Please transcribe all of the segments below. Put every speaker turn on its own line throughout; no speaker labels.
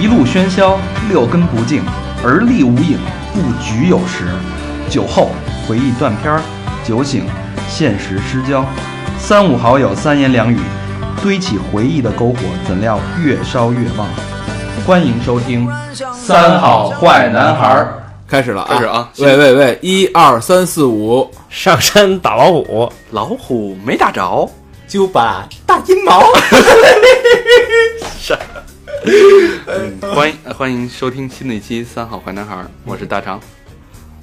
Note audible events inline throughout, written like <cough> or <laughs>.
一路喧嚣，六根不净，而立无影，不局有时。酒后回忆断片儿，酒醒现实失焦。三五好友三言两语，堆起回忆的篝火，怎料越烧越旺。欢迎收听《三好坏男孩儿》。
开始了啊！
开始啊
喂喂喂，一二三四五，
上山打老虎，
老虎没打着，
就把大阴毛。
欢迎欢迎收听新的一期《三好坏男孩》，我是大肠。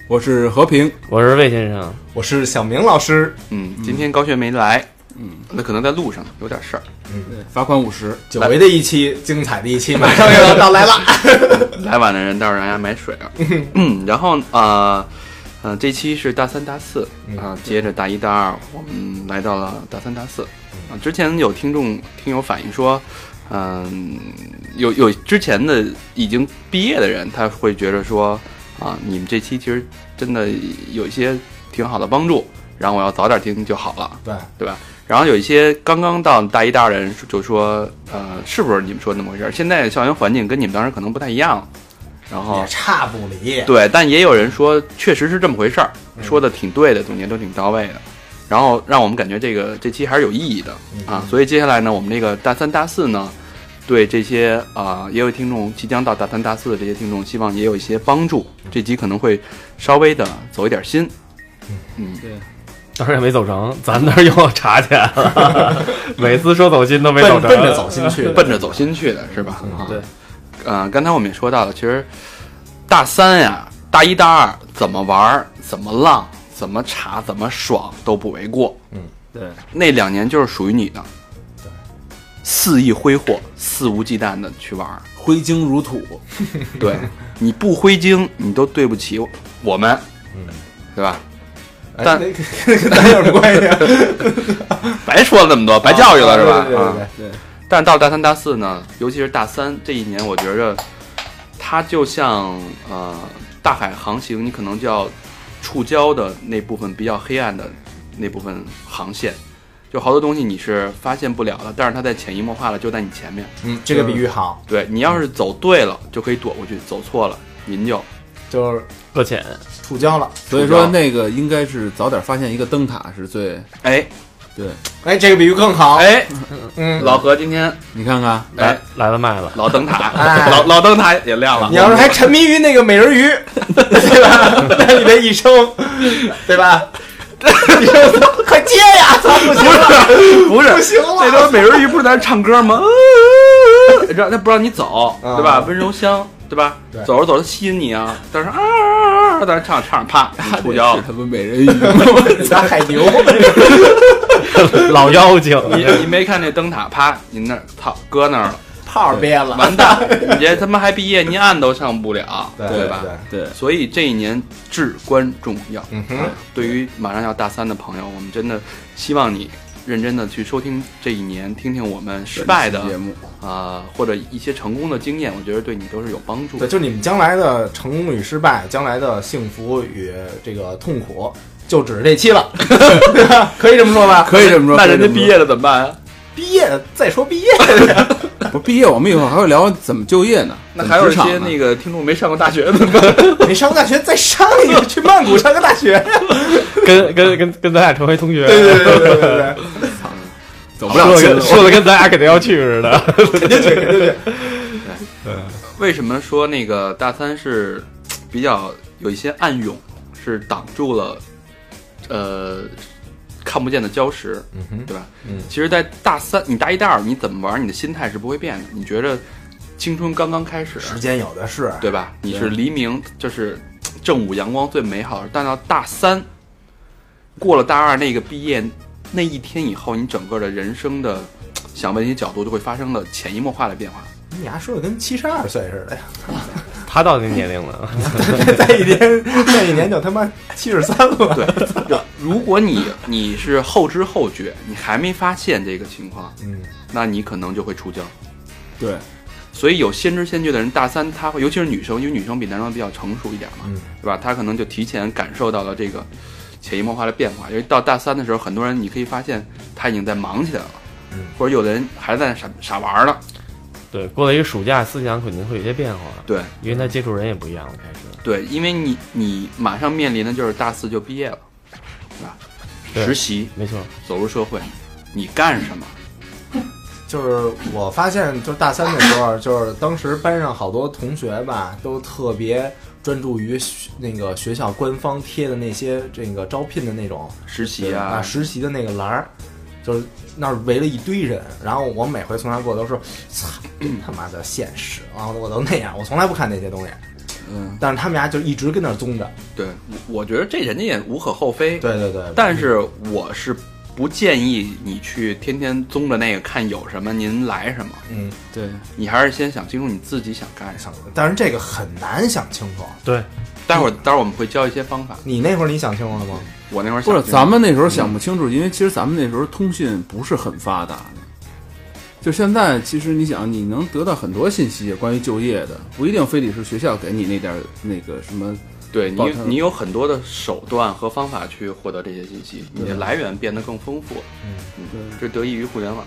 我是和平。
我是魏先生，
我是小明老师，
嗯，今天高璇没来，嗯，那可能在路上有点事儿，
罚款五十，
久违的一期，精彩的一
<laughs>
期，马上又要到来了。
嗯来晚的人到时候让人家买水啊。嗯，然后啊，呃，这期是大三大四啊、接着大一大二，我们来到了大三大四啊、之前有听众听友反映说，嗯、有有之前的已经毕业的人，他会觉得说啊、你们这期其实真的有一些挺好的帮助，然后我要早点听就好了。
对，
对吧？然后有一些刚刚到大一、大二的人就说，呃，是不是你们说的那么回事儿？现在校园环境跟你们当时可能不太一样，然后
也差不离。
哦对，但也有人说确实是这么回事儿，说的挺对的，总结都挺到位的，然后让我们感觉这个这期还是有意义的
嗯
啊。所以接下来呢，我们这个大三、大四呢，对这些啊、呃也有听众即将到大三、大四的这些听众，希望也有一些帮助。这集可能会稍微的走一点心，嗯，
当时也没走成，咱那儿又查去
<laughs>
了。每次说走心都没走
奔
成， <laughs>
奔着走心去的，
奔着走心去的是吧？啊
对。
呃，刚才我们也说到了，其实大三呀、大一、大二怎么玩儿、怎么浪、怎么查、怎么爽都不为过。嗯，
对，
那两年就是属于你的，肆意挥霍、肆无忌惮的去玩儿。
挥金如土。
对，你不挥金，你都对不起我我们，对吧？
哎
但
那跟跟咱有什么关系啊？
白说了那么多， <laughs> 白教育了、是吧？
<laughs> 对对
啊
对对
对，
但到了大三、大四呢，尤其是大三这一年，我觉着呃它就像呃大海航行，你可能就要触礁的那部分比较黑暗的那部分航线，就好多东西你是发现不了的，但是它在潜移默化的就在你前面。
嗯，这个比喻好，
对你要是走对了，就可以躲过去；走错了，您就
就是
搁浅。
触礁了。
所以说那个应该是早点发现一个灯塔是最
哎
对。
哎，这个比喻更好。
哎，
嗯，
老何今天
你看看，
哎
来来了卖了，
老灯塔，
哎
老老灯塔也亮了。
你要是还沉迷于那个美人鱼， <laughs> 对吧？那你的一生，对吧？ <laughs> 一生快接
<laughs>
呀！操不行了，
不是
不行了
那时美人鱼不是在那唱歌
<laughs>
吗？让他不让你走，
啊
对吧？温柔乡，对吧？
对
走着走着吸引你啊，但是啊啊啊啊，在那唱唱，啪，
<laughs>
你触礁
是他们美人鱼。
<laughs>
咱海牛，
老妖精，
你你没看那灯塔，啪，你那儿操搁那儿了，
泡儿憋了，
完蛋！
<laughs>
你这他妈还毕业，你岸都上不了，
对
吧？
对，
所以这一年至关重要。
嗯哼，
对于马上要大三的朋友，我们真的希望你认真的去收听这一年，听听我们失败的
本期节目，
啊、或者一些成功的经验，我觉得对你都是有帮助的
对，。就是你们将来的成功与失败，将来的幸福与这个痛苦，就指着这期了， <laughs> 可以这么说吧？
可以这么说。
那人
可以这么
家
说
毕业了怎么办、啊？
毕业再说 <laughs> 毕业，
不毕业，我们以后还会聊怎么就业呢？
那还有一
怎么职
些
场呢
那个听众没上过大学的怎么办？ <laughs>
你上大学再上一 <laughs> 个，去曼谷上个大学。
跟跟跟跟咱俩成为同学，
对对对对对
走不了
说
亲
的
了。
说的跟咱俩肯定要去似的。
<laughs> 对，肯定去，肯定去。
为什么说那个大三是比较有一些暗涌，是挡住了呃看不见的礁石，
嗯哼，
对吧？
嗯
其实，在大三，你大一、大二你怎么玩，你的心态是不会变的。你觉着青春刚刚开始，啊
时间有的是。
对吧？你是黎明，就是正午阳光最美好的。但到大三，过了大二那个毕业那一天以后，你整个的人生的想问题角度就会发生了潜移默化的变化。
你丫说的跟七十二岁似 <laughs> 的呀，
他到那年龄了，
再一 <laughs> 年，再一年就他妈七十三了。
对，就如果你你是后知后觉，你还没发现这个情况，
嗯，
那你可能就会触礁。
对，
所以有先知先觉的人，大三他会，尤其是女生，因为女生比男生比较成熟一点嘛，
嗯
对吧？她可能就提前感受到了这个潜移默化的变化。因为到大三的时候，很多人你可以发现他已经在忙起来了，
嗯
或者有的人还在那傻傻玩儿呢。
对，过了一个暑假，思想肯定会有些变化，
对
因为他接触人也不一样了，开始。
对，因为你你马上面临的就是大四就毕业了，是吧？
对
实习
没错，
走入社会，你干什么？
就是我发现，就是大三的时候，就是当时班上好多同学吧，都特别专注于学那个学校官方贴的那些这个招聘的那种
实习
啊
啊，
实习的那个栏儿，就是那儿围了一堆人。然后我每回从那儿过都说，操他妈的现实啊！我都那样，我从来不看那些东西。
嗯，
但是他们俩就一直跟那儿宗着。
对，我我觉得这人家也无可厚非。
对对对，
但是我是不建议你去天天综着那个看有什么您来什么，
嗯，
对，
你还是先想清楚你自己想干什么。
想，但是这个很难想清楚。
对，
待会儿待会儿我们会教一些方法。
你那会儿你想清楚了吗？
我那会儿
或
想
者
清楚
咱们那时候想不清
嗯
楚，因为其实咱们那时候通讯不是很发达的。就现在，其实你想，你能得到很多信息关于就业的，不一定非得是学校给你那点儿那个什么。
对你
报他
你有很多的手段和方法去获得这些信息，你的来源变得更丰富。
嗯，
嗯，这得益于互联网。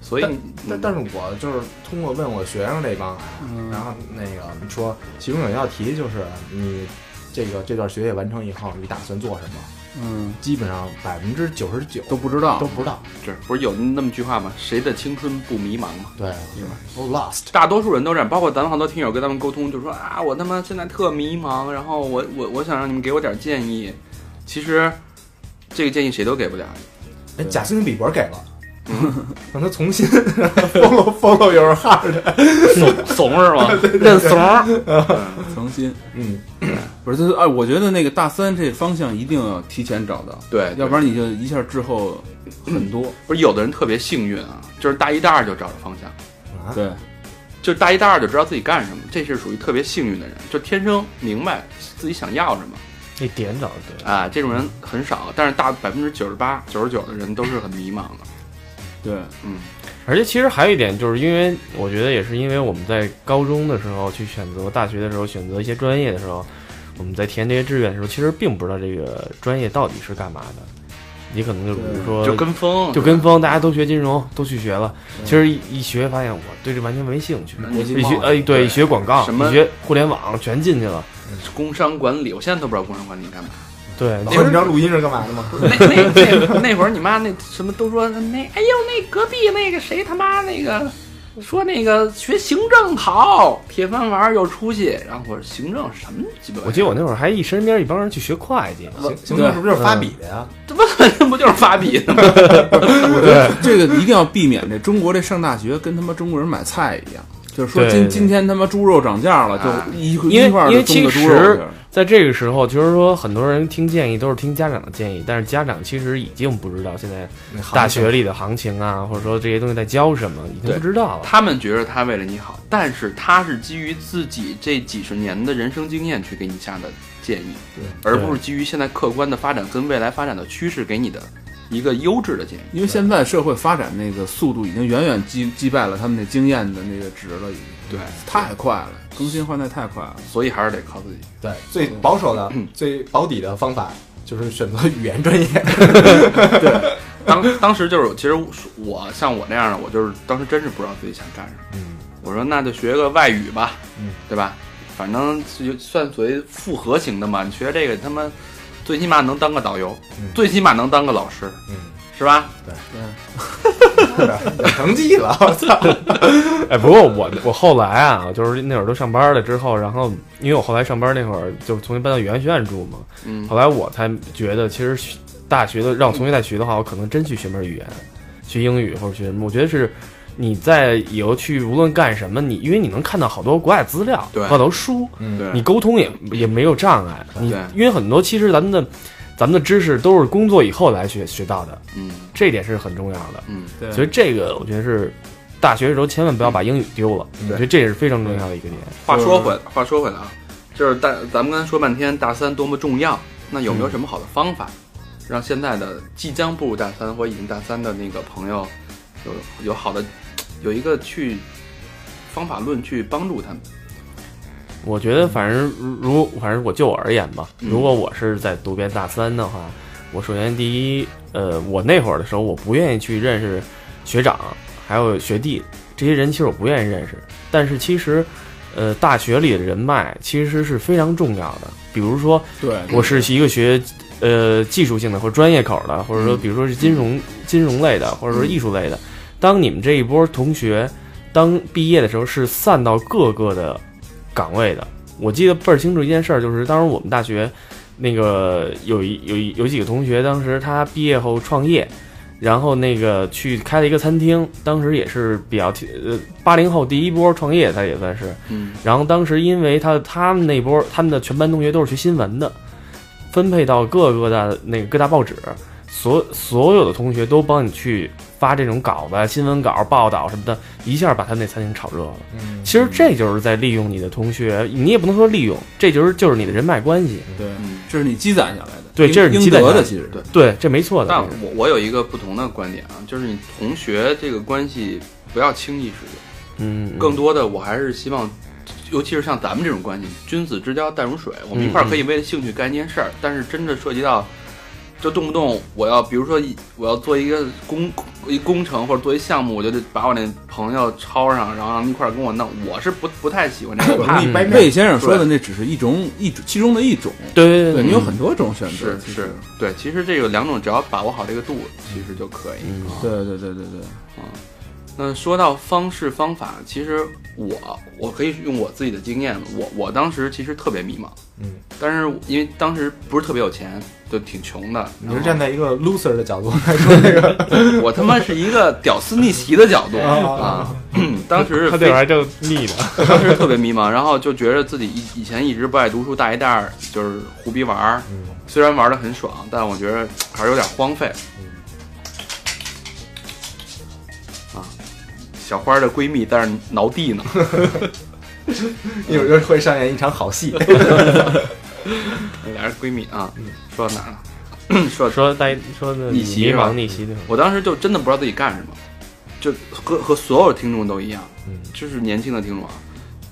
所以
但
你，
但但是我就是通过问我学生这帮，
嗯
然后那个说，其中有一道题就是你这个这段学业完成以后，你打算做什么？
嗯，
基本上百分之九十九
都不知道
都不知道。
嗯这不是有那么句话吗？谁的青春不迷茫吗？
对，都 lost。
大多数人都这样，包括咱们好多听友跟他们沟通，就说啊，我他妈现在特迷茫，然后我我我想让你们给我点建议。其实，这个建议谁都给 <laughs> 不了。
哎，贾斯汀比伯给 <laughs> 了。让他重新 <laughs> follow follow your heart。
怂是 <laughs> 吗？认怂儿。嗯
曾心
嗯，
不是，就是哎，我觉得那个大三这方向一定要提前找到，
对，
要不
然
然你就一下滞后很多。
不是有的人特别幸运啊，就是大一大二就找着方向。嗯
啊，
对，
就是大一大二就知道自己干什么，这是属于特别幸运的人，就天生明白自己想要什么
那点找的对，
啊，这种人很少，但是大百分之九十八、九十九的人都是很迷茫的。
对， <laughs>
嗯，
而且其实还有一点，就是因为我觉得也是因为我们在高中的时候去选择大学的时候，选择一些专业的时候，我们在填这些志愿的时候，其实并不知道这个专业到底是干嘛的。你可能就比如说
就跟风，
呃就跟风，大家都学金融，都去学了。其实一一学发现我对这完全没兴趣，
嗯
一学哎对，一学广告，
什么
一学互联网，全进去了。
工商管理，我现在都不知道工商管理干嘛。
对，
你知道录音是干嘛的吗？
那那那那会儿你妈那什么都说那哎呦那隔壁那个谁他妈那个说那个学行政好，铁饭碗有出息。然后我说行政什么鸡巴玩意儿？
我记得我那会儿还一身边一帮人去学会计呢。
<laughs> 行行，那是不是就是发笔的呀？
这不这不就是发笔的吗？
这个一定要避免。这中国这上大学跟他妈中国人买菜一样，就是说
对
今
对
今天他妈猪肉涨价了，
啊
就一
因为
一块儿
因为
就中个
其
猪肉
实
去了。
在这个时候，就是说很多人听建议都是听家长的建议，但是家长其实已经不知道现在
那行
大学里的行情啊，或者说这些东西在教什么，已经
对
不知道了。
<laughs> 他们觉得他为了你好，但是他是基于自己这几十年的人生经验去给你下的建议，
对
而不是基于现在客观的发展跟未来发展的趋势给你的一个优质的建议。
因为现在社会发展那个速度已经远远击击败了他们那经验的那个值了，已经
对，
太快了，
嗯
更新换代太快了。
所以还是得靠自己。
对，最保守的、最保底的方法就是选择语言专业。
当当时就是，其实我像我那样的，我就是当时真是不知道自己想干什么。
嗯，
我说那就学个外语吧，
嗯，
对吧？反正就算属于复合型的嘛，你学这个他妈最起码能当个导游，
嗯
最起码能当个老师，
嗯，
是吧？
成绩了，我 <laughs> 操！
哎，不过我我后来啊，我就是那会儿都上班了之后，然后因为我后来上班那会儿就是重新搬到语言学院住嘛，
嗯
后来我才觉得，其实学大学的让我重新再学的话，我可能真去学门语言，学英语或者学什么。我觉得是你在以后去无论干什么，你因为你能看到好多国外资料，
对
好多书，
嗯
对
你沟通也也没有障碍。你
对
因为很多其实咱们的咱们的知识都是工作以后来学学到的，
嗯
这一点是很重要的。
嗯，
对
所以这个我觉得是大学的时候千万不要把英语丢了，
嗯
我觉得这也是非常重要的一个点。
话说回来，话说回来啊，就是大咱们刚才说半天大三多么重要，那有没有什么好的方法，让现在的即将步入大三或已经大三的那个朋友有有好的有一个去方法论去帮助他们？
我觉得，反正如如反正我就我而言吧，
嗯
如果我是在读遍大三的话，我首先第一，呃，我那会儿的时候，我不愿意去认识学长，还有学弟这些人，其实我不愿意认识。但是其实，呃，大学里的人脉其实是非常重要的。比如说，
对，
我是一个学呃技术性的或者专业口的，或者
嗯
说比如说是金融金融类的，或者说艺术类的。当你们这一波同学当毕业的时候，是散到各个的岗位的。我记得倍儿清楚一件事儿，就是当时我们大学那个有一有一有几个同学，当时他毕业后创业。然后那个去开了一个餐厅，当时也是比较呃八零后第一波创业，他也算是，
嗯，
然后当时因为他他们那波他们的全班同学都是学新闻的，分配到各个的那个各大报纸，所所有的同学都帮你去发这种稿子、啊新闻稿、报道什么的，一下把他们那餐厅炒热了。
嗯，
其实这就是在利用你的同学，你也不能说利用，这就是就是你的人脉关系。
对，
嗯
这是你积攒下来的，
对
应
这是你
应
积攒
得
下来
的，
的
其实对
对，这没错的。
但
这是
我我有一个不同的观点啊，就是你同学这个关系不要轻易使用，
嗯，嗯
更多的我还是希望，尤其是像咱们这种关系，君子之交淡如水，我们一块儿可以为了兴趣干一件事儿，但是真的涉及到。就动不动我要，比如说一我要做一个工一工程或者做一项目，我就得把我那朋友抄上，然后让他一块儿跟我弄。我是不不太喜欢这个，
容
怕嗯
易掰面
魏先生说的那只是一种一种其中的一种，
对对对
对
对，
你有很多种选择，
是
其
是
实，，
对，其实这个两种只要把握好这个度，其实就可以。
嗯
对对对对对，
那说到方式方法，其实我我可以用我自己的经验，我我当时其实特别迷茫，
嗯，
但是因为当时不是特别有钱，就挺穷的。
你是
然
站
后
在一个 loser 的角度来说这个
我他妈是一个屌丝逆袭的
<laughs>
角度啊，当时是
他
非
那玩意儿正腻呢。
当时特别迷茫，然后就觉得自己以以前一直不爱读书，大一、大二就是胡逼玩儿，虽然玩的很爽，但我觉得还是有点荒废。啊，小花的闺蜜在那儿挠地呢。
一会儿就会上演一场好 <laughs> 戏。
俩人闺蜜啊，说到哪儿了？说到这儿
说大说的
逆袭
迷
是吧
茫逆袭
<laughs>
那种，
我当时就真的不知道自己干什么，就和和所有听众都一样，
嗯
就是年轻的听众啊，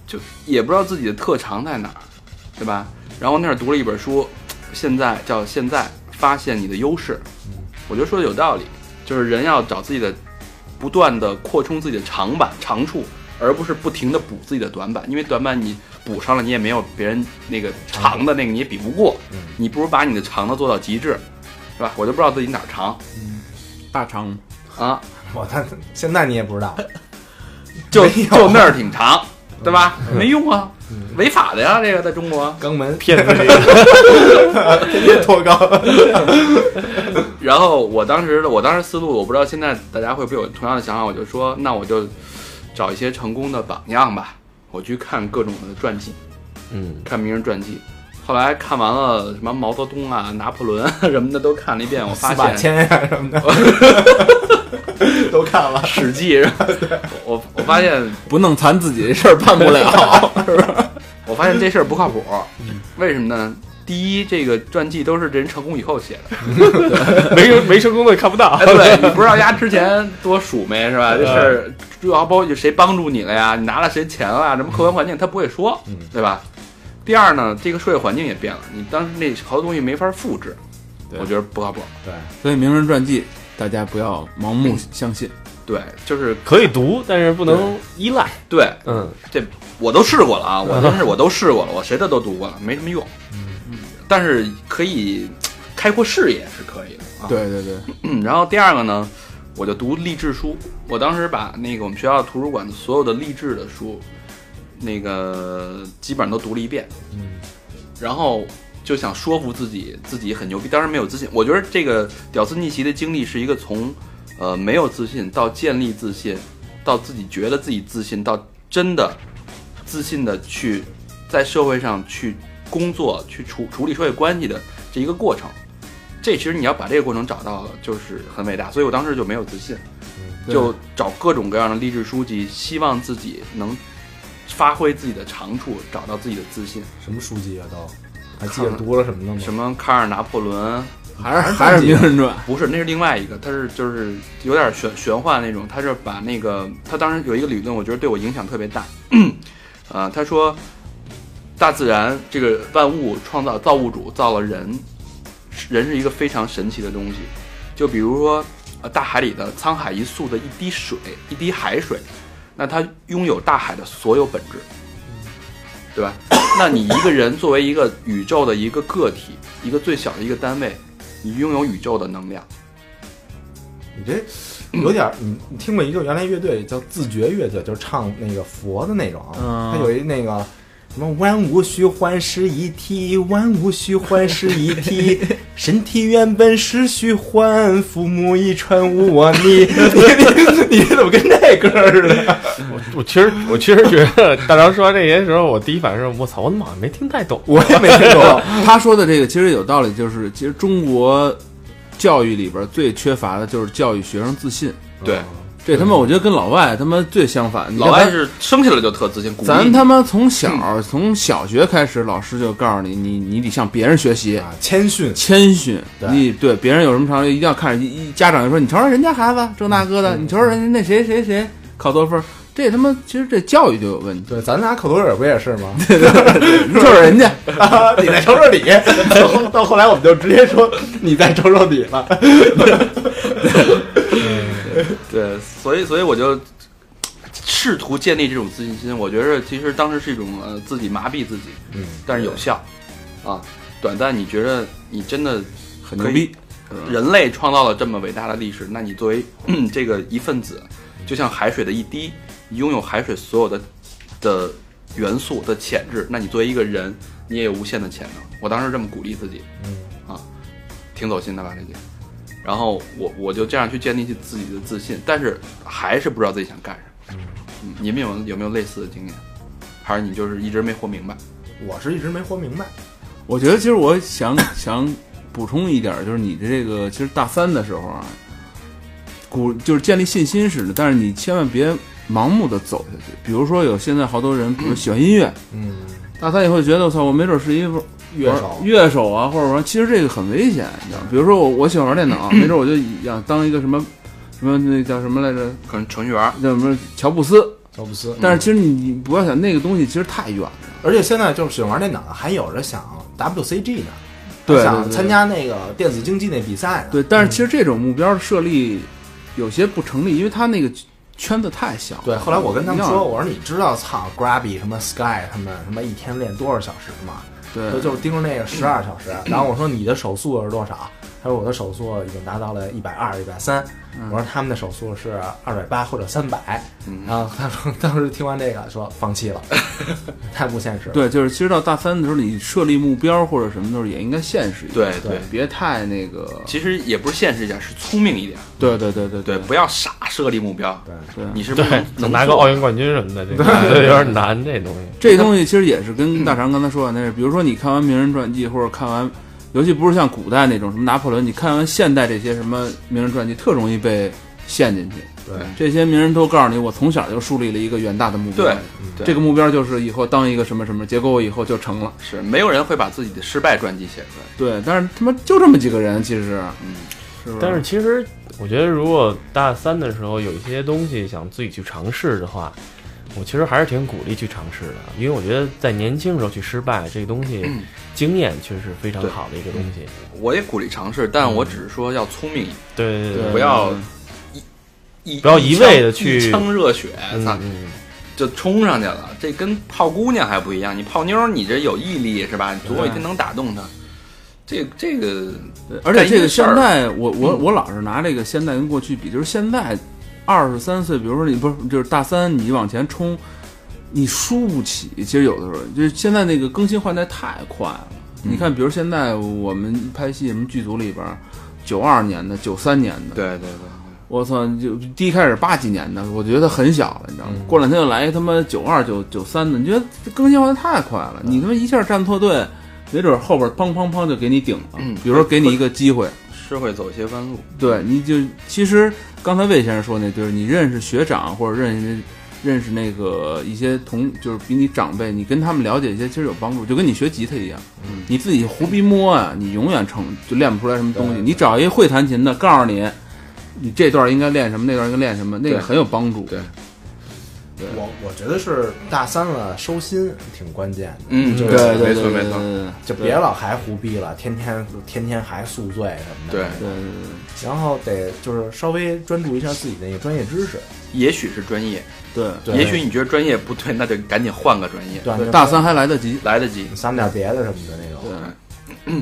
就也不知道自己的特长在哪儿，对吧？然后那儿读了一本书，现在叫《现在发现你的优势》，我觉得说的有道理，就是人要找自己的，不断的扩充自己的长板长处，而不是不停的补自己的短板，因为短板你补上了，你也没有别人那个长的那个你也比不过，你不如把你的长的做到极致，是吧？我就不知道自己哪儿长。
大肠
啊，
我他现在你也不知道，
就
没有嗯
就那儿挺长，对吧？没用啊，违法的呀，这个在中国。
肛门
骗子这个。
天天脱 <laughs> 肛，
然后我当时的我当时思路，我不知道现在大家会不会有同样的想法，我就说，那我就找一些成功的榜样吧，我去看各种的传记，
嗯
看名人传记。后来看完了什么毛泽东啊、拿破仑什么的都看了一遍，我发
四把
现
千呀什 <laughs> 么的都看了。
史记，
<laughs>
<laughs> 我我发现
不弄残自己这事儿办不
<laughs>
了，
我发现这事儿不靠谱，
嗯
为什么呢？第一，这个传记都是这人成功以后写的。
没没成功的看不到
<laughs>
<laughs>
哎，。对你不知道丫之前多鼠没是吧？这事儿主要包括谁帮助你了呀？你拿了谁钱了？什么客观环境他不会说，
嗯
对吧？第二呢，这个社会环境也变了，你当时那好多东西没法复制，
对
我觉得不靠谱。
对，
所以名人传记大家不要盲目相信，
对，就是
<laughs> 可以读，但是不能依赖。
对，
嗯，
这我都试过了啊，我真是我都试过了，我谁的都读过了，没什么用。
嗯
嗯但是可以开阔视野是可以的啊。
对对对，
嗯，然后第二个呢，我就读励志书。我当时把那个我们学校图书馆的所有的励志的书，那个基本上都读了一遍。
嗯，
然后就想说服自己，自己很牛逼。当然没有自信，我觉得这个屌丝逆袭的经历是一个从呃没有自信到建立自信，到自己觉得自己自信，到真的自信的去在社会上去呃工作、去处处理社会关系的这一个过程。这其实你要把这个过程找到了，就是很伟大。所以我当时就没有自信，
对
就找各种各样的励志书籍，希望自己能发挥自己的长处，找到自己的自信。
什么书籍啊都？还记得读了什么的吗？
什么卡尔拿破仑，
还是还是名人传，
不是，那是另外一个，他是就是有点玄玄幻那种，他是把那个他当时有一个理论，我觉得对我影响特别大，呃，他说大自然这个万物创造造物主造了人，人是一个非常神奇的东西，就比如说呃大海里的沧海一粟的一滴水，一滴海水，那它拥有大海的所有本质，对吧？那你一个人作为一个宇宙的一个个体，一个最小的一个单位，你拥有宇宙的能量。
你这有点儿，你你听过一个原来乐队叫自觉乐队，就是唱那个佛的那种，啊
嗯
他有一那个什么万物虚幻是一体，万物虚幻是一体， <laughs> 身体原本是虚幻，父母遗传无我 <laughs> 你你你你怎么跟这歌儿似的？
我我其实我其实觉得大张说完这些时候，我第一反应是我操，我怎么好像没听太懂？
<laughs> 我也没听懂。
他说的这个其实有道理，就是其实中国教育里边最缺乏的就是教育学生自信。
对，
这他妈我觉得跟老外他妈最相反。
老外是生下来就特自信，鼓励
咱
你
他妈从小、从小学开始，老师就告诉你，你你得向别人学习，
啊，谦逊，
谦逊。
对
你对别人有什么长处，一定要看着。一一家长就说，你瞅瞅人家孩子这那个的，你瞅瞅人家那谁谁谁考多少分儿，这他妈其实这教育就有问题，
对，咱俩口头耳不也是吗？
就是人家。
啊， <laughs> 你在瞅瞅 <laughs> 你，到到后来我们就直接说你在瞅瞅你了。
对，所以所以我就试图建立这种自信心。我觉着其实当时是一种呃自己麻痹自己，
嗯，
但是有效啊。短暂，你觉得你真的很呃
牛逼，
人类创造了这么伟大的历史，那你作为 <clears throat> 这个一份子，就像海水的一滴，你拥有海水所有的的元素的潜质，那你作为一个人，你也有无限的潜能。我当时这么鼓励自己，嗯啊，挺走心的吧这句。然后我我就这样去建立起自己的自信，但是还是不知道自己想干什么。嗯，你们有有没有类似的经验？还是你就是一直没活明白？
我是一直没活明白。
我觉得其实我想 <coughs> 想补充一点儿，就是你的这个其实大三的时候啊，鼓就是建立信心似的，但是你千万别盲目的走下去。比如说有现在好多人，比如喜欢音乐，
嗯，
大三以后觉得我操，我没准儿是一个
乐手
玩
嗯
乐手啊，或者玩，其实这个很危险，你知道吗？比如说我我喜欢玩电
<coughs>
脑，啊没准儿我就想当一个什么什么那叫什么来着，
可能程序员，
叫什么乔布斯。
乔布斯，
但是其实你你不要想那个东西，其实太远了。
而且现在就是喜欢玩电脑的，还有着想 WCG 呢，
对对
想
对
参加那个电子竞技那比赛呢。
对，但是其实这种目标的设立有些不成立，因为他那个圈子太小。
对，后来我跟他们
一样
说，我说你知道操 Grabby 什么 Sky 他们什么一天练多少小时吗？就
对，
就是盯着那个十二小时。然后我说你的手速是多少？他说我的手速已经达到了一百二、一百三。我说他们的手速是二百八或者三百。然后他说当时听完这个说放弃 <laughs> 了，太不现实了。
对，就是其实到大三的时候，你设立目标或者什么的时候，也应该现实一点，
对
对
对，
别太那个。
其实也不是现实一点，是聪明一点。
对对对对
对，不要傻设立目标。
对
对
你是不
对
是能，能
能拿个
做
奥运冠军什么的，这个对有点难这东西。
这东西其实也是
嗯
跟大肠刚才说的那是，比如说你看完名人传记，或者看完，尤其不是像古代那种什么拿破仑，你看完现代这些什么名人传记，特容易被陷进去。
对，
这些名人都告诉你，我从小就树立了一个远大的目标，
对，对
这个目标就是以后当一个什么什么，结果我以后就成了。
是没有人会把自己的失败传记写出来。
对，但是他妈就这么几个人，其实，
嗯，
是不
但是其实我觉得，如果大三的时候有一些东西想自己去尝试的话，我其实还是挺鼓励去尝试的，因为我觉得在年轻时候去失败这个东西，经验确实是非常
对
好的一个东西。
我也鼓励尝试，但
嗯
我只是说要聪明一点，
对对
对
不要一
不要一味地
腔
去
一腔热血，
嗯
操、
嗯，
就冲上去了。这跟泡姑娘还不一样，你泡妞儿你这有毅力是吧？总有一天能打动她。这这个
对而且这个现
干一个
在，
嗯
我我我老是拿这个现在跟过去比，就是现在二十三岁，比如说你不是就是大三，你往前冲，你输不起。其实有的时候就是现在那个更新换代太快了。你看，比如现在我们拍戏什么剧组里边，九二年的、九三年的，
对对对，
我操，就第一开始八几年的，我觉得很小了，你知道吗？
嗯
过两天又来一他妈九二、九九三的，你觉得这更新换的太快了，你他妈一下站错队，没准后边砰砰砰就给你顶了。
嗯
比如说给你一个机会，
是会走些弯路。
对，你就其实刚才魏先生说那就是你认识学长或者认识认识那个一些同就是比你长辈，你跟他们了解一些其实有帮助，就跟你学吉他一样，你自己胡逼摸啊，你永远成就练不出来什么东西。
对
你找一会弹琴的，告诉你你这段应该练什么，那段应该练什么，那个
对
很有帮助。
对
对
我我觉得是大三了，收心挺关键的，
嗯，
就
对
是
对对，
没错没错，
对
就别老还胡逼了，天天天天还宿醉什么的。
对
对对对对。
然后得就是稍微专注一下自己那个专业知识。
也许是专业，
对
对
也许你觉得专业不对，那就赶紧换个专业，
对
大三还来得及。
来得及。
散点别的什么的那种，
对，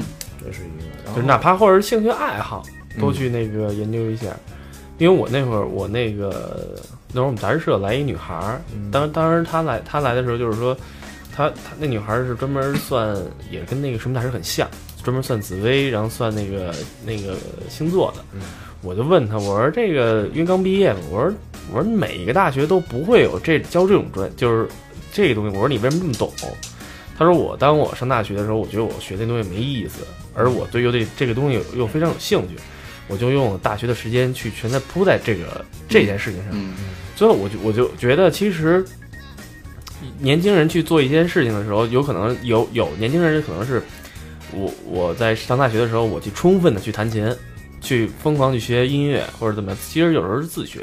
这是一个。然
就是
后
哪怕或者是兴趣爱好，都去那个研究一下。因为我那会儿，我那个那会儿我们杂志社来一女孩儿，
嗯
当当时她来她来的时候就是说，她她那女孩儿是专门算也跟那个什么大师很像，专门算紫薇，然后算那个那个星座的。
嗯
我就问她，我说这个因为刚毕业嘛，我说我说每一个大学都不会有这教这种专就是这个东西，我说你为什么这么懂？他说我当我上大学的时候，我觉得我学这东西没意思，而我对又对这个东西又非常有兴趣，我就用大学的时间去全在扑在这个这件事情上。
嗯，
最后我就我就觉得，其实年轻人去做一件事情的时候，有可能有有年轻人可能是我我在上大学的时候，我去充分的去弹琴，去疯狂去学音乐或者怎么样，其实有时候是自学，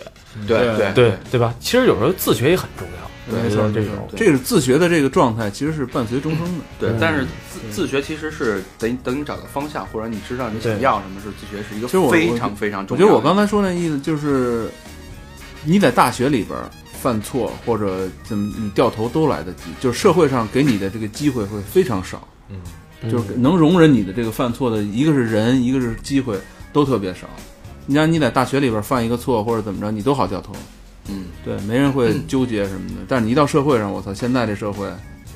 对
对
对对吧？其实有时候自学也很重要，
没
我觉
错
得
没
这
错
种
这个自学的这个状态，其实是伴随终生的。
对，但是自自学其实是等等你找到方向，或者你知道你想要什么时候，自学是一个
其实我
非常非常
我
重
觉
要
得
的。
我刚才说那意思就是，你在大学里边犯错或者怎么你掉头都来得及，就是社会上给你的这个机会会非常少，
嗯，
就是能容忍你的这个犯错的，一个是人，一个是机会，都特别少。你让你在大学里边犯一个错或者怎么着，你都好掉头，
嗯，
对，没人会纠结什么的。但是你一到社会上，我操，现在这社会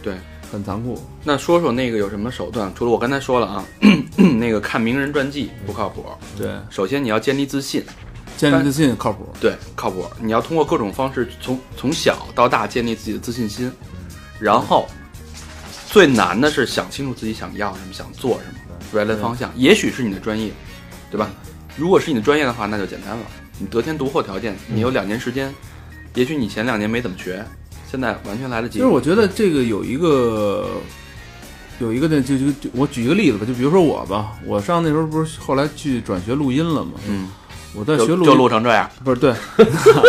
对，
很残酷，
那说说那个有什么手段？除了我刚才说了啊， <clears throat> 那个看名人传记不靠谱。
对，
首先你要建立自信，
建立自信靠谱。
对，靠谱。你要通过各种方式从从小到大建立自己的自信心，然后最难的是想清楚自己想要什么，想做什么，未来的方向，也许是你的专业，对吧？
嗯
如果是你的专业的话，那就简单了。你得天独厚条件，
嗯
你有两年时间，也许你前两年没怎么学，现在完全来得
其
及。
实我觉得这个有一个有一个呢，就就就我举一个例子吧，就比如说我吧，我上那时候不是后来去转学录音了嘛，
嗯，
我在
就
学录
就
音
录成这样，
不是对， <laughs>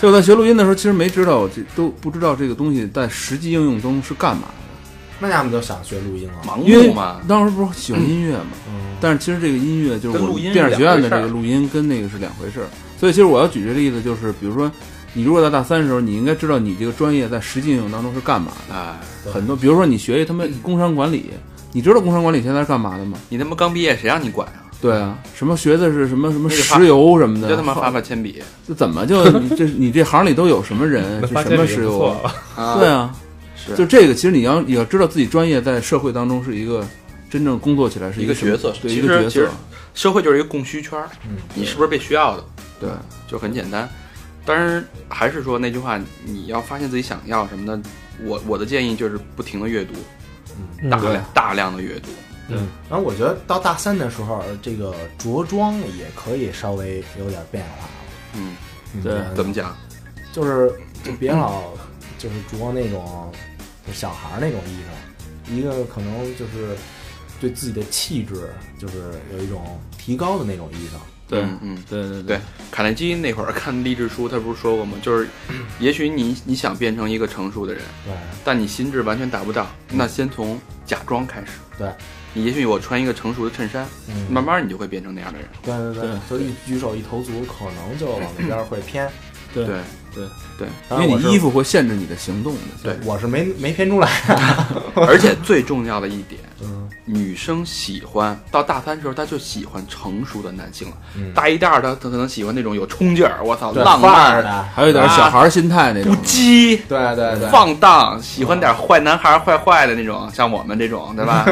就在学录音的时候，其实没知道这都不知道这个东西在实际应用中是干嘛的，
那家们就想学录音了。
盲
因为
目嘛。
当时不是喜欢音乐嘛，
嗯，
但是其实这个音乐就是
跟
我
录音
们电影学院的
是两回事儿
这个录音跟那个是两回事儿，所以其实我要举这个例子就是，比如说你如果在大三的时候，你应该知道你这个专业在实际应用当中是干嘛的。
哎，
对
很多，比如说你学一他妈工商管理，你知道工商管理现在是干嘛的吗？
你他妈刚毕业，谁让你管啊？
对啊，什么学的是什么什么
那就发
石油什么
你
的，
就他妈
好
发发铅笔
<laughs> 这怎么就你这你这行里都有什么
<laughs>
人？是什么石油啊？
啊
对，啊，
是
就这个，其实你要也要知道自己专业在社会当中是一个真正工作起来是
一
个
个
什么
角色
对
其
一个
实
角
其实
色，
社会就是一个供需圈儿，
嗯
你是不是被需要的，
对
就很简单。当然还是说那句话，你要发现自己想要什么的，我我的建议就是不停的阅读，大
嗯
量大量的阅读，
然后我觉得到大三的时候，这个着装也可以稍微有点变化了。
嗯，
你
对
知道吗
怎么讲？
就是就别老就是着那种就小孩儿那种衣裳，一个可能就是对自己的气质就是有一种提高的那种衣裳。
对
嗯嗯。
对对
对，卡耐基那会儿看励志书，他不是说过吗？就是，也许你你想变成一个成熟的人，
对
但你心智完全达不到，那先从假装开始。
对，
你也许我穿一个成熟的衬衫，
嗯
慢慢你就会变成那样的人。
对对对，
对
就是一举手一投足，可能就往那边儿会偏。
对
对
对
对，
当
因
然
为
我是
你衣服会限制你的行动的。
对
我是没没偏出来。
而且最重要的一点，
嗯
女生喜欢到大三时候，她就喜欢成熟的男性了。
嗯，
大一、大二，她她可能喜欢那种有冲劲儿，我操，
对
浪
范儿
漫、
的，
还有点小孩儿心态那
啊不
种，
羁、
对对对，
放荡，喜欢点坏男孩、坏坏的那种，像我们这种，对
<laughs>
吧？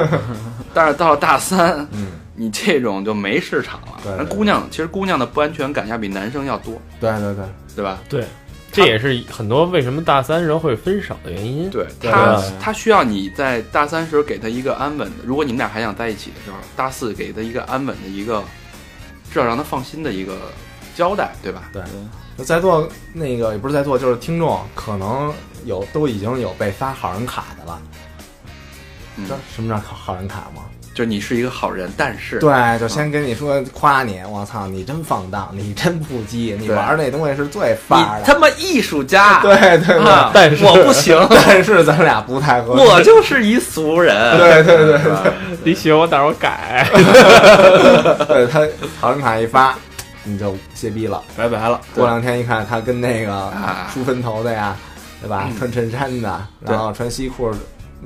但是到了大三，
嗯，
你这种就没市场了。
对对
那姑娘其实姑娘的不安全感要比男生要多，
对对对，
对吧？
对，这也是很多为什么大三时候会分手的原因。
对
对
他
对，
他需要你在大三时候给他一个安稳的。如果你们俩还想在一起的时候，大四给他一个安稳的一个，至少让他放心的一个交代，对吧？
就在座那个也不是在座，就是听众可能有都已经有被发好人卡的了。
嗯
知道什么叫好人卡吗？
就是你是一个好人，但是
对，就先跟你说夸你，我操，你真放荡，你真不羁，你
对
玩那东西是最
你
范儿的。
他妈艺术家，
对对对，
啊，
但是
我不
<laughs>
行，
但是咱俩不太合
我就是一俗人，
对对对
是吧
你学我，到时候改。
适。对他好人卡一发，你就歇逼了。
拜拜了。
过两天一看，他跟那个
啊嗯
梳分头的呀，对吧？穿衬衫的，
对
然后穿西裤、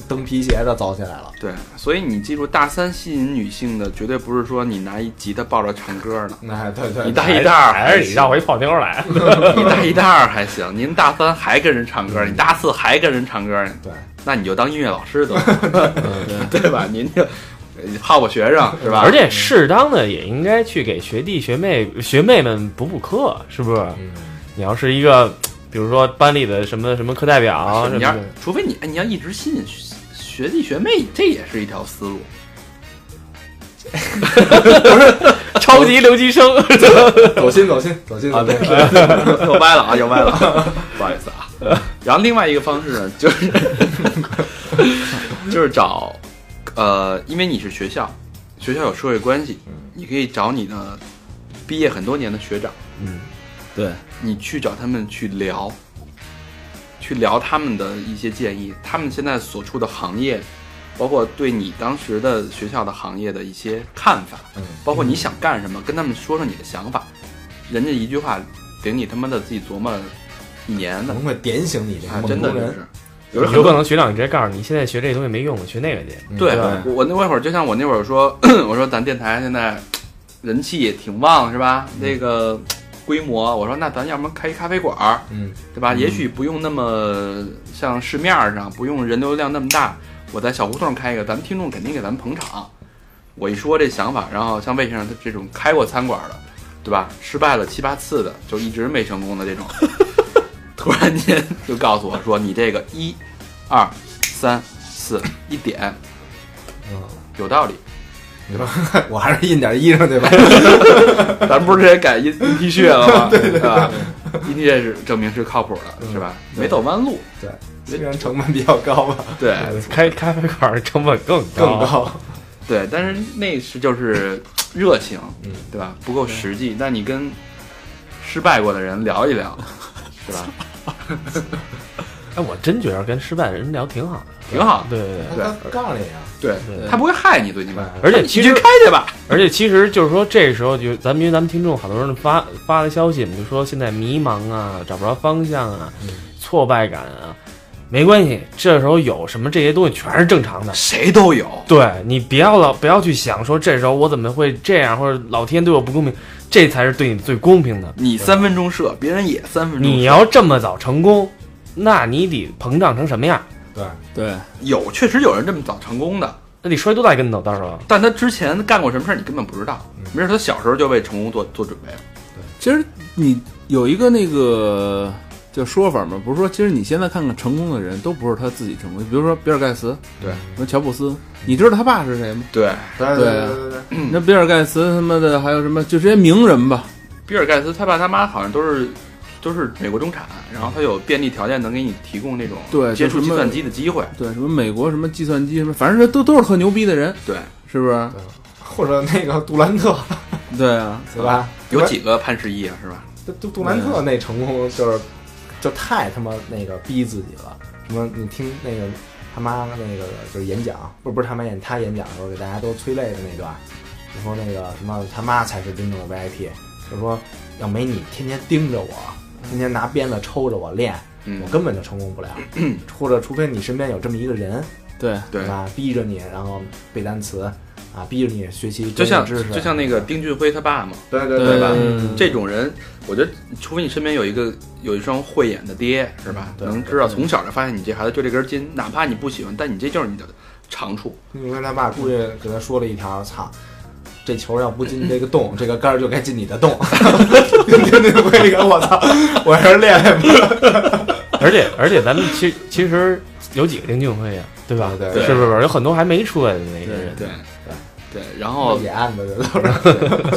蹬皮鞋的走起来了。
对，所以你记住，大三吸引女性的绝对不是说你拿一吉他抱着唱歌呢，
哎，对对，
你大一大二
还是你
行
绕回泡妞来。
你大一大二还行，您大三还跟人唱歌，你大四还跟人唱歌呢，
对
那你就当音乐老师得了， <laughs> 对吧？您就泡泡学生是吧？
而且适当的也应该去给学弟学妹学妹们补补课，是不是？
嗯
你要是一个，比如说班里的什么什么课代表
哦
啊，
什
你
么
要
的，
除非你哎你要一直吸引学学弟学妹，这也是一条思路。
超级留级生，
走心走心走心
啊
走心。
<laughs> 又歪了啊，又歪了，不好意思啊。然后另外一个方式呢，就是 <laughs> 就是找呃，因为你是学校，学校有社会关系，你可以找你的毕业很多年的学长，
对，
你去找他们去聊，去聊他们的一些建议，他们现在所处的行业，包括对你当时的学校的行业的一些看法，
嗯
包括你想干什么，跟他们说说你的想法，人家一句话顶你他妈的自己琢磨一年
可
的
能，会点醒你这个
啊，
梦
真的
中
就
人。
是。有人
有可能学长直接告诉你，现在学这东西没用，学那个去。
嗯
对
对
我我那会儿就像我那会儿说，我说咱电台现在人气也挺旺是吧？
嗯
那个规模，我说那咱要不然开一咖啡馆儿，
嗯
对吧？也许不用那么像市面儿上不用人流量那么大，我在小胡同开一个，咱们听众肯定给咱们捧场。我一说这想法，然后像魏先生他这种开过餐馆的，对吧？失败了七八次的，就一直没成功的这种，突然间就告诉我说，你这个一、二、三、四一点
嗯，
有道理。
你说 <laughs> 我还是印点衣裳对 <laughs> 吧？
咱不是也改印印 T 恤了吗？对对吧？印 T 恤是证明是靠谱的，是吧？没走弯路，
对，虽然成本比较高吧，
对。
开咖啡馆成本更
更
高，
高。
对，但是那是就是热情，
嗯
对吧？不够实际。那你跟失败过的人聊一聊，是吧？
哎，我真觉得跟失败的人聊挺好的，
挺好
对对对。
<laughs>
对
他告诉你啊，
对
对
他不会害你，最起码。
而且
你
其
去
实
开去吧。
而且其实就是说，这时候就咱们因为咱们听众好多人发发的消息，我们就说现在迷茫啊，找不着方向啊，挫败感啊，没关系，这时候有什么这些东西全是正常的。
谁都有，
对你不要老不要去想说这时候我怎么会这样，或者老天对我不公平，这才是对你最公平的。
你三分钟射，别人也三分钟射。
你要这么早成功，那你得膨胀成什么样？
对，
对，
有，确实有人这么早成功的，
那得摔多大一跟头？到时候
但他之前干过什么事儿你根本不知道
嗯，
没准他小时候就为成功做做准备了。
其实你有一个那个叫说法嘛，不是说其实你现在看看成功的人都不是他自己成功，比如说比尔盖茨，
对，
说乔布斯，你知道他爸是谁吗？
对，
对
对
对对，
那比尔盖茨他妈的还有什么就这些名人吧，
比尔盖茨他爸他妈好像都是都是美国中产，然后他有便利条件能给你提供那种
对
接触
就
计
什么
算机的机会。
对，什么美国什么计算机什么，反正这都都是特牛逼的人，
对，
是不是？
或者那个杜兰特，
对啊，
对吧？
有几个潘石屹啊，是吧？
杜杜杜兰特那成功就是就太他妈那个逼自己了，什么你听那个他妈那个就是演讲，不是不是他妈演他演讲的时候给大家都催泪的那段，就说那个什么他妈才是真正的 VIP，就说要没你天天盯着我，天天拿鞭子抽着我练，
嗯
我，根本就成功不了，或者除非你身边有这么一个人，
对，
对，
吧？逼着你，然后背单词啊，逼着你学习
就
专业
像
知识，
就像那个丁俊晖他爸嘛，
对对
对
吧
嗯
这种人，我觉得除非你身边有一个有一双慧眼的爹，是吧？
嗯对
能知道从小就发现你这孩子就这根筋，哪怕你不喜欢，但你这就是你的长处。
你看他爸故意给他说了一条，操，这球要不进这个
<laughs>
洞，这个杆儿就该进你的洞。 <laughs> 就那回那个，我操，我还是练练吧。
而且而且咱们其实其实有几个丁俊晖呀，对吧？
对
对
是不是？有很多还没出来的那个人。
对对，然
哦
后，
也按的，这都 是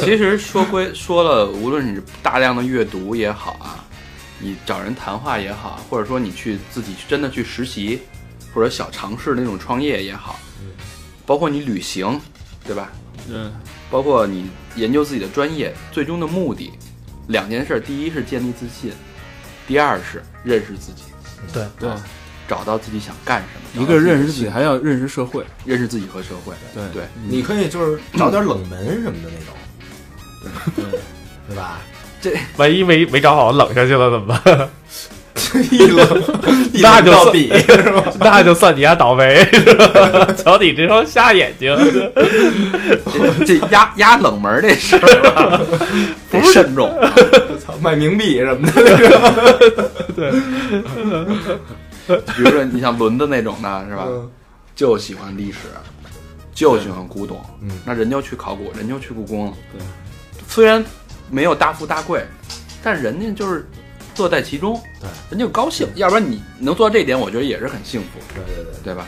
<laughs>
其实说归说了，无论你是大量的阅读也好啊，你找人谈话也好，或者说你去自己真的去实习，或者小尝试那种创业也好，包括你旅行，对吧？
嗯，
包括你研究自己的专业，最终的目的，两件事儿：第一是建立自信，第二是认识自己，
对
对，
找到自己想干什么。
一个认识自
自
己，还要认识社会。
认识自己和社会。 <laughs>
对
对，
你可以就是找点冷门什么的那种，
嗯
对，
<laughs> 对吧？
万一没没找好冷下去了怎么办？
<laughs> 一冷
那就
到
算
底
<laughs> 那就算你丫倒霉，是吧？瞧你这双瞎眼睛，
这这压压冷门儿这事儿
<laughs>
吧，得慎重。嗯
操卖冥币什么的，
比如说你像轮子那种的，是吧？
嗯
就喜欢历史，就喜欢古董，
嗯
那人就去考古，人就去故宫，
对，
虽然没有大富大贵，但人家就是乐在其中，
对，
人家就高兴，要不然你能做到这一点，我觉得也是很幸福，
对对对，
对吧？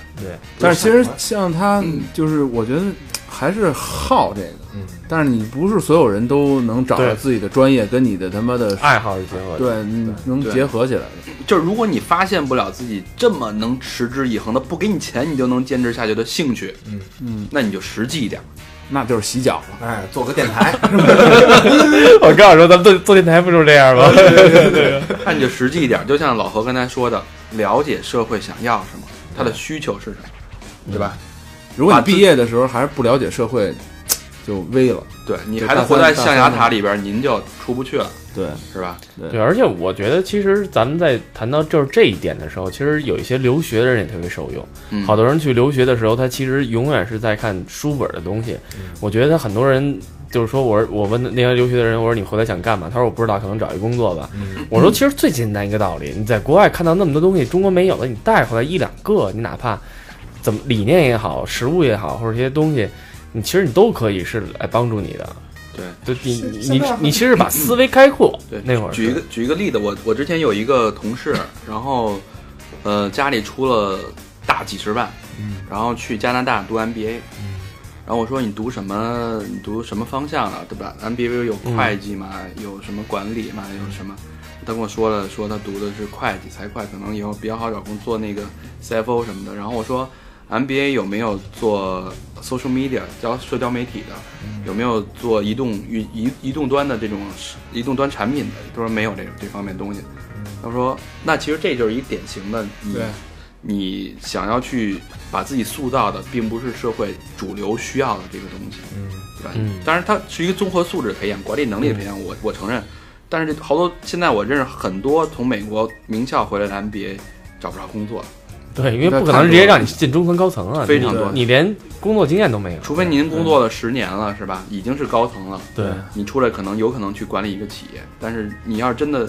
但是其实像他
嗯，
就是我觉得还是好这个，
嗯，
但是你不是所有人都能找到
对
自己的专业跟你的他妈的
爱好是结合的。
对嗯能
对
结合起来的。
就是如果你发现不了自己这么能持之以恒的，不给你钱你就能坚持下去的兴趣，
嗯
嗯，
那你就实际一点， <laughs>
那就是洗脚了。
哎，做个电台，
我告诉你说，咱们做做电台不就是这样
啊
吗？
那你就实际一点。就像老何刚才说的，了解社会想要什么，他的需求是什么，对吧？
如果
把
你
自
毕业的时候还是不了解社会，就危了。
对你
对
还得
大
活
三
在
大
象牙
三
塔里边，您就出不去了，
对，
是吧？
对，而且我觉得，其实咱们在谈到就是这一点的时候，其实有一些留学的人也特别受用。
嗯，
好多人去留学的时候，他其实永远是在看书本的东西。
嗯
我觉得他很多人就是说我，我问那些留学的人，我说你回来想干嘛？他说我不知道，可能找一工作吧。
嗯
我说其实最简单一个道理，你在国外看到那么多东西，中国没有的，你带回来一两个，你哪怕怎么理念也好，食物也好，或者这些东西，你其实你都可以是来帮助你的。
对，
就你你你其实把思维开阔，
对，
那会儿是
举一个举一个例子，我我之前有一个同事，然后呃家里出了大几十万，
嗯
然后去加拿大读 MBA，然后我说你读什么？你读什么方向啊了，对吧？MBA
嗯
有会计嘛，有什么管理嘛，有什么？他跟我说了，说他读的是会计、财会，可能以后比较好找工作，那个 CFO 什么的。然后我说 MBA 有没有做 social media 教社交媒体的？有没有做移动移移移动端的这种移动端产品的？他说没有这这方面东西。他说那其实这就是一典型的你
对
你想要去把自己塑造的，并不是社会主流需要的这个东西，
嗯
对吧？
嗯
当然，它是一个综合素质培养、管理能力的培养，我我承认。但是好多现在我认识很多从美国名校回来的 MBA 找不着工作，
对，因为不可能直接让你进中层高层啊，
非常
你
多
你连工作经验都没有，
除非您工作了十年了，是吧？已经是高层了，
对。
你出来可能有可能去管理一个企业，但是你要是真的，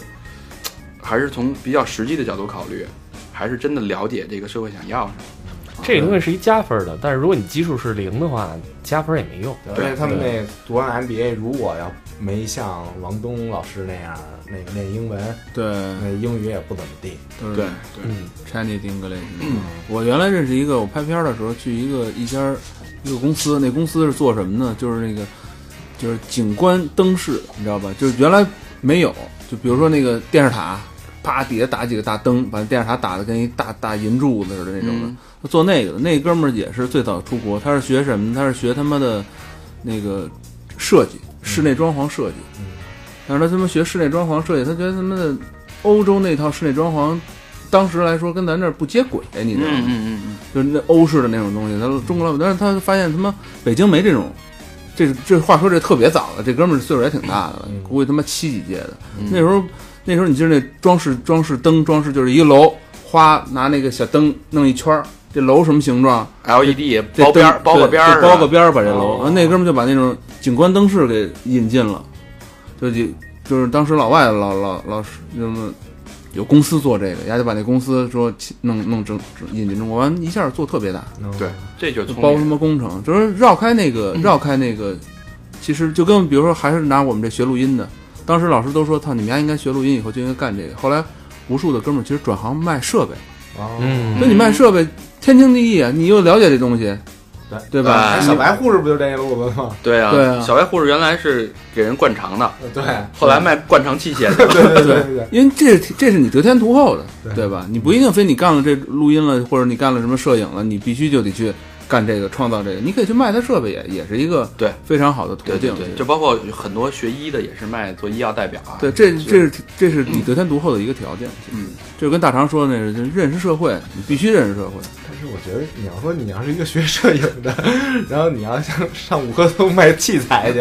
还是从比较实际的角度考虑，还是真的了解这个社会想要什么。
这个东西是一加分的，但是如果你基数是零的话，加分也没用。
对，而且他们那读完 MBA，如果要没像王东老师那样那个练英文，
对，
那英语也不怎么地。
都是
对对，
嗯，
Chinese
<clears throat>
English。我嗯
嗯
原来认识一个，我拍片儿的时候去一个一家儿一个公司，那公司是做什么呢？就是那个就是景观灯饰，你知道吧？就是原来没有，就比如说那个电视塔，啪底下打几个大灯，把电视塔打的跟一大大银柱子似的那种的。
嗯
他做那个的，那哥们儿也是最早出国，他是学什么？他是学他妈的那个设计，室内装潢设计。
嗯
但是他他妈学室内装潢设计，他觉得他妈的欧洲那套室内装潢，当时来说跟咱这儿不接轨，你知道吗？
嗯嗯嗯
就是那欧式的那种东西，他中国老板，但是他发现他妈北京没这种，这这话说这特别早了，这哥们儿岁数也挺大的了，
嗯
估计他妈七几届的，
嗯，
那时候那时候你记得那装饰装饰灯装饰就是一楼花拿那个小灯弄一圈儿，这楼什么形状？
LED
这
E 包边儿
灯
包个边儿啊
对
是吧，
包个边儿把这楼，
哦
啊那哥们儿就把那种景观灯饰给引进了，就就就是当时老外老老老师就是有公司做这个，人家就把那公司说起弄弄整整引进中国，完一下做特别大，
嗯
对，这就是嗯
就
聪
包他
明
妈工程，就是绕开那个绕开那个，其实就跟比如说还是拿我们这学录音的，当时老师都说操你们家应该学录音以后就应该干这个，后来无数的哥们儿其实转行卖设备。
哦，
嗯
那你卖设备天经地义啊，你又了解这东西，
对
对吧？
哎
哎，小白护士不就这路子吗？
对啊，
对啊
小白护士原来是给人灌肠的，
对，
后来卖灌肠器械的。
对 <laughs>
对
对对对，
因为这是这是你得天独厚的，
对
对吧？你不一定非你干了这录音了，或者你干了什么摄影了，你必须就得去干这个创造这个，你可以去卖它设备也，也是一个
对
非常好的途
对对
径。
对，就包括很多学医的也是卖做医药代表啊。
对，这这是这是你得天独厚的一个条件。其实
嗯，
就跟大常说的那是，就是认识社会，你必须认识社会。
但是我觉得你要说你要是一个学摄影的， <laughs> 然后你要像上五棵松卖器 <laughs> 材去，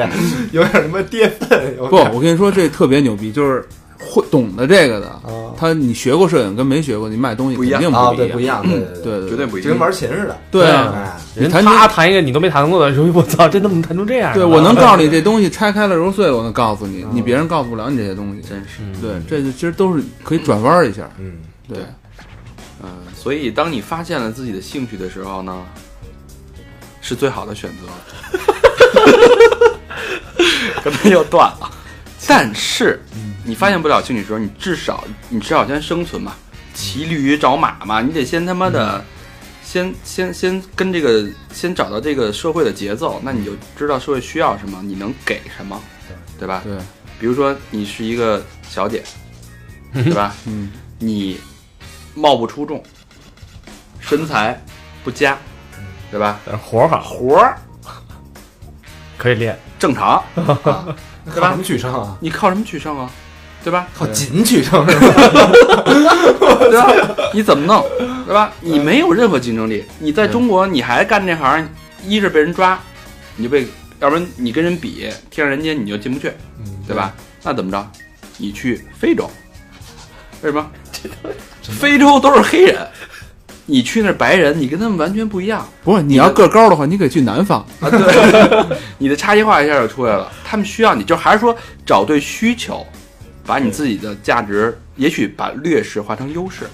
有点什么跌份。有
不，
点
我跟你说，这特别牛逼，就是会懂得这个的，
嗯
啊
他你学过摄影跟没学过，你卖东西
不
肯
一样
定
啊，
不
对，不一样，对对
对对
绝对不一
就跟
样。
玩琴似的。
对啊。
哎，
人
弹
他弹一个你都没弹过的，说我操，这能弹出这样？
对，我能告诉你这东西拆开了揉碎了，我能告诉你，你别人告诉不了你这些东西。
真是，
嗯
对，这就其实都是可以转弯儿一下。
嗯，
对，
嗯，所以当你发现了自己的兴趣的时候呢，是最好的选择。 <laughs> 可能又断了，嗯但是你发现不了兴趣的时候，你至少你至少先生存嘛，骑驴找马嘛，你得先他妈的，先先先跟这个先找到这个社会的节奏，那你就知道社会需要什么，你能给什么，对吧？
对，
比如说你是一个小姐，对 <laughs> 吧？
嗯，
你貌不出众，身材不佳，对吧？
但是活儿好，
活儿
可以练。
正 <laughs> 常，啊对
靠什
吧
么？取胜啊？
你靠什么取胜啊？对 <laughs> 吧？
靠紧取胜是吧？
对吧？你怎么弄？对吧？你没有任何竞争力，你在中国你还干这行，一是被人抓，你就被；要不然你跟人比，天上人间你就进不去，
嗯，
对吧？那怎么着？你去非洲，为什 <laughs> 么？非洲都是黑人，你去那儿白人，你跟他们完全不一样。
不是你要个高的话，你可以去南方。
啊，对，你的差异化一下就出来了。他们需要你，就还是说找对需求，把你自己的价值，也许把劣势化成优势，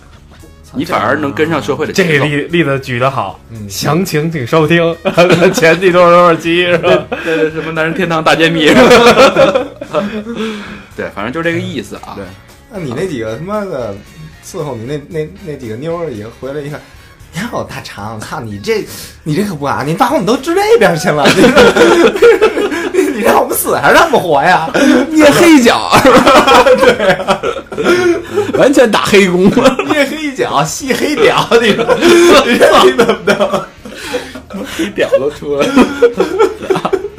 你反而能跟上社会的
这
节
个
奏。
例例子举得好，
嗯
详情请收听 <laughs> 前几多少多少期是吧？
对对，什么男人天堂大揭
<laughs>
秘，对，反正就这个意思啊。
对
那你那几个他妈的伺候你那那那几个妞儿也回来一看，你看我大肠，操你这你这可不啊！你把我们都支那边去了， <laughs> 你你你让我们死还是让我们活呀？啊
捏黑
<laughs>
脚，对，完全打黑工。
捏黑脚，吸黑屌，你说
<laughs>
你说你怎么的？
一屌都出来了，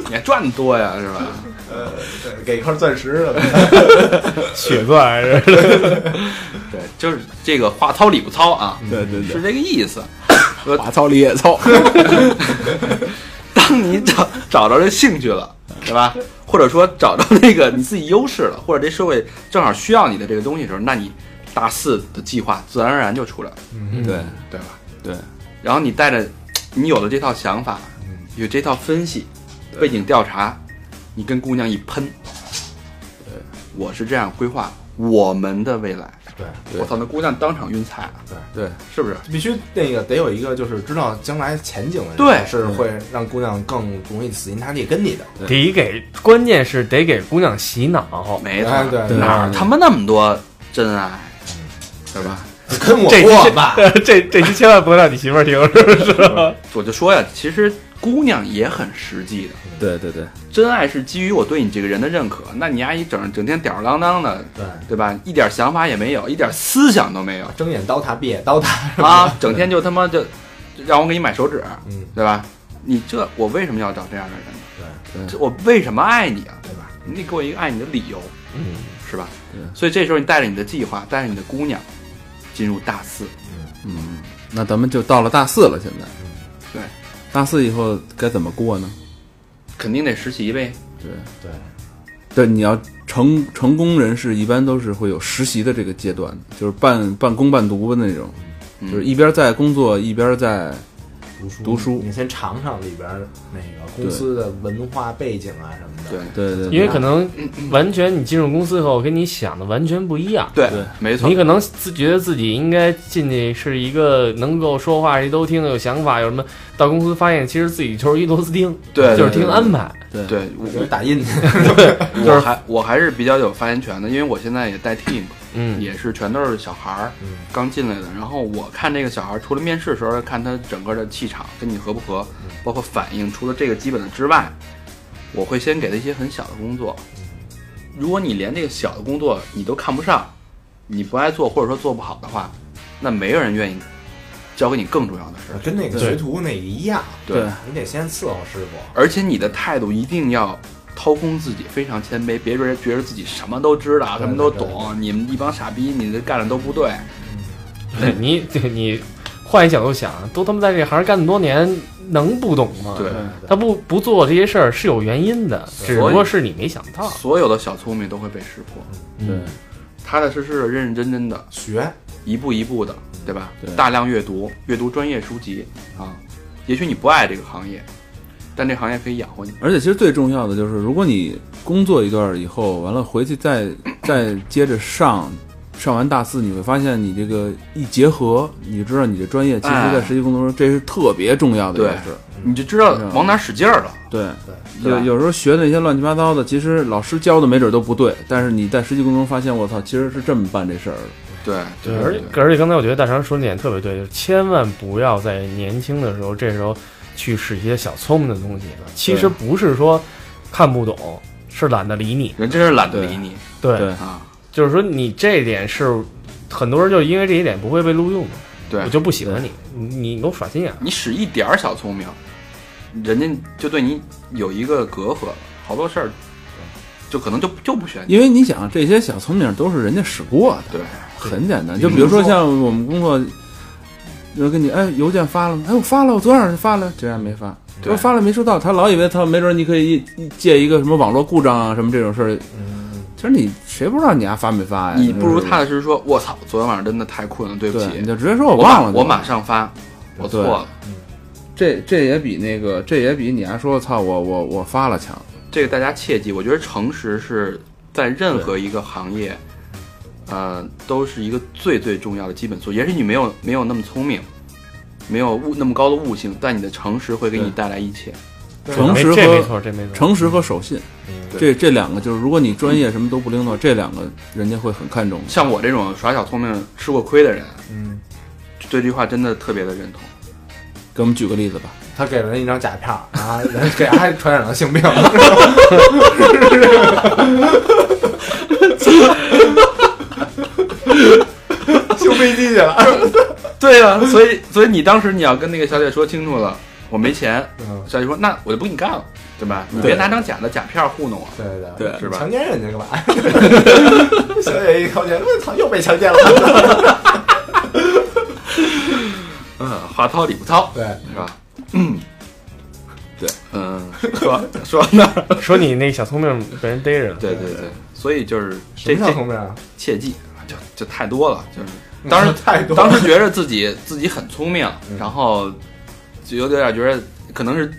你还赚得多呀，是吧？
呃，对给一块钻石什么的，
血钻是吧？
对，就是这个话糙理不糙啊，
嗯对对
是，这个意
<laughs>
思。呃
拔操里也 <laughs> 操。
<laughs> 当你找找着这兴趣了，对吧？或者说找到那个你自己优势了，或者这社会正好需要你的这个东西的时候，那你大四的计划自然而然就出来了，
嗯对
对吧？
对，
然后你带着你有了这套想法，
嗯
有这套分析、背景调查，你跟姑娘一喷，我是这样规划我们的未来。
对
我操，那姑娘当场晕菜了，
对
是不是？
必须那个得有一个就是知道将来前景的人，
对
是会让姑娘更容易死心塌地跟你的。
<laughs> 得给，关键是得给姑娘洗脑。
没错，
哎对
哪儿
对
他妈那么多真爱，对吧？
你跟我
这
过吧，
这 <laughs> 这这期千万不能让你媳妇儿听，
嗯
是不是？
我就说呀，其实姑娘也很实际的，
对对对，
真爱是基于我对你这个人的认可。那你阿姨整整天吊儿郎当的，
对，
对吧？一点想法也没有，一点思想
<laughs>
都没有
睁眼刀塔，闭眼刀塔，
啊，整天就他妈就就让我给你买手指，
嗯，
对吧？你这我为什么要找这样的人呢？
对对
这我为什么爱你啊？
对吧？
你得给我一个爱你的理由，
嗯，
是吧
对？
所以这时候你带着你的计划，带着你的姑娘进入大四，
嗯，那咱们就到了大四了，现在。
对，
大四以后该怎么过呢？
肯定得实习呗。
对
对，
对，你要成成功人士一般都是会有实习的这个阶段，就是半半工半读的那种，
嗯
就是一边在工作一边在
读书，
读书
你先尝尝里边儿那个公司的文化背景啊什么的。
对
对对
因
对
为
嗯
可能完全你进入公司后跟你想的完全不一样。
对
对，
没错
你。可能自觉得自己应该进去是一个能够说话、谁都听、有想法、有什么，到公司发现其实自己就是一螺丝钉，
对对
就是听安排。
对
对，
我
我
觉得打印去，
我还我还是比较有发言权的，因为我现在也带 team，
嗯，
也是全都是小孩儿
嗯，
刚进来的。然后我看这个小孩儿，除了面试的时候看他整个的气场跟你合不合，
嗯
包括反应，除了这个基本的之外，我会先给他一些很小的工作。如果你连这个小的工作你都看不上，你不爱做或者说做不好的话，那没有人愿意教给你更重要的事儿。
跟那个
对
学徒那个一样，
对
对
你得先伺候师傅。
而且你的态度一定要掏空自己，非常谦卑，别人觉得自己什么都知道，
对
什么都
对对
懂。你们一帮傻逼，你这干的都不对。
对你你换一角度想，都他妈在这行干那么多年，能不懂吗？
对，
嗯
他不不做这些事儿是有原因的，只不过是你没想到。
所有的小聪明都会被识破，
对，
踏踏实实的、认认真真的，
学，
一步一步的，对吧？
对
大量阅读，阅读专业书籍啊。也许你不爱这个行业，但这行业可以养活你。
而且其实最重要的就是，如果你工作一段以后，完了回去再 <coughs> 再接着上，上完大四，你会发现你这个一结合，你知道你这专业其实
哎
在实际工作中这是特别重要的一件事。
你就知道
嗯
往哪儿使劲儿了。
对，啊
对吧
有有时候学那些乱七八糟的，其实老师教的没准都不对，但是你在实际工作中发现，我操，其实是这么办这事儿的。
对
对，而且而且刚才我觉得大肠说那点特别对，就是千万不要在年轻的时候，这时候去使一些小聪明的东西。其实不是说看不懂，是懒得理你。
人真是懒得理你
对，
对
啊。
就是说你这点是很多人就因为这一点不会被录用的，
啊对
啊我就不喜欢你，你你给我耍心眼儿。
你使一点儿小聪明，人家就对你有一个隔阂，好多事儿就可能就就不选你。
因为你想，这些小聪明都是人家使过的，
对，
很简单。
对
就比如说像我们工作，就跟你哎，邮件发了吗？哎，我发了，我昨晚上发了，这还没发。
对
我发了没收到，他老以为他没准你可以一一借一个什么网络故障啊什么这种事儿，
嗯，
其实你谁不知道你丫发没发呀？
你不如
就
踏踏实实说，我操，昨天晚上真的太困了，对不
是对，你
起，
就直接说我
我
忘了就
我
行，
马上发，我错了，
这这也比那个这也比你还说操我我我发了强，
这个大家切记。我觉得诚实是在任何一个行业，呃，都是一个最最重要的基本素。质。也许你没有没有那么聪明，没有悟那么高的悟性，但你的诚实会给你
对
带来一切。
诚实
没这没
和
错，这
嗯
没错。
诚实和守信，
嗯
这这两个就是如果你专业什么都不灵的话，这两个人家会很看重。
像我这种耍小聪明、吃过亏的人，
嗯，
对这句话真的特别的认同。
给我们举个例子吧，
他给了人一张假票 <laughs> 啊，给人还传染了性病， <laughs> 修飞机去了。
对 <laughs> 啊，所以所以你当时你要跟那个小姐说清楚了，我没钱，
嗯，
小姐说那我就不给你干了，对吧？你别拿张假的假票糊弄我。
对对
对是吧
强奸人家干嘛呀？小姐一掏钱，我操，又被强奸了。
嗯，话糙理不糙，
对，
是吧？嗯，对，嗯， <laughs> 说说到那儿，
说你那小聪明被人逮着了，
对对对，所以就是这
什么叫嗯
这
聪明啊？
切记，就就太多了，就是当时
太多了，
<laughs> 当时觉得自己自己很聪明，然后就有点觉得可能是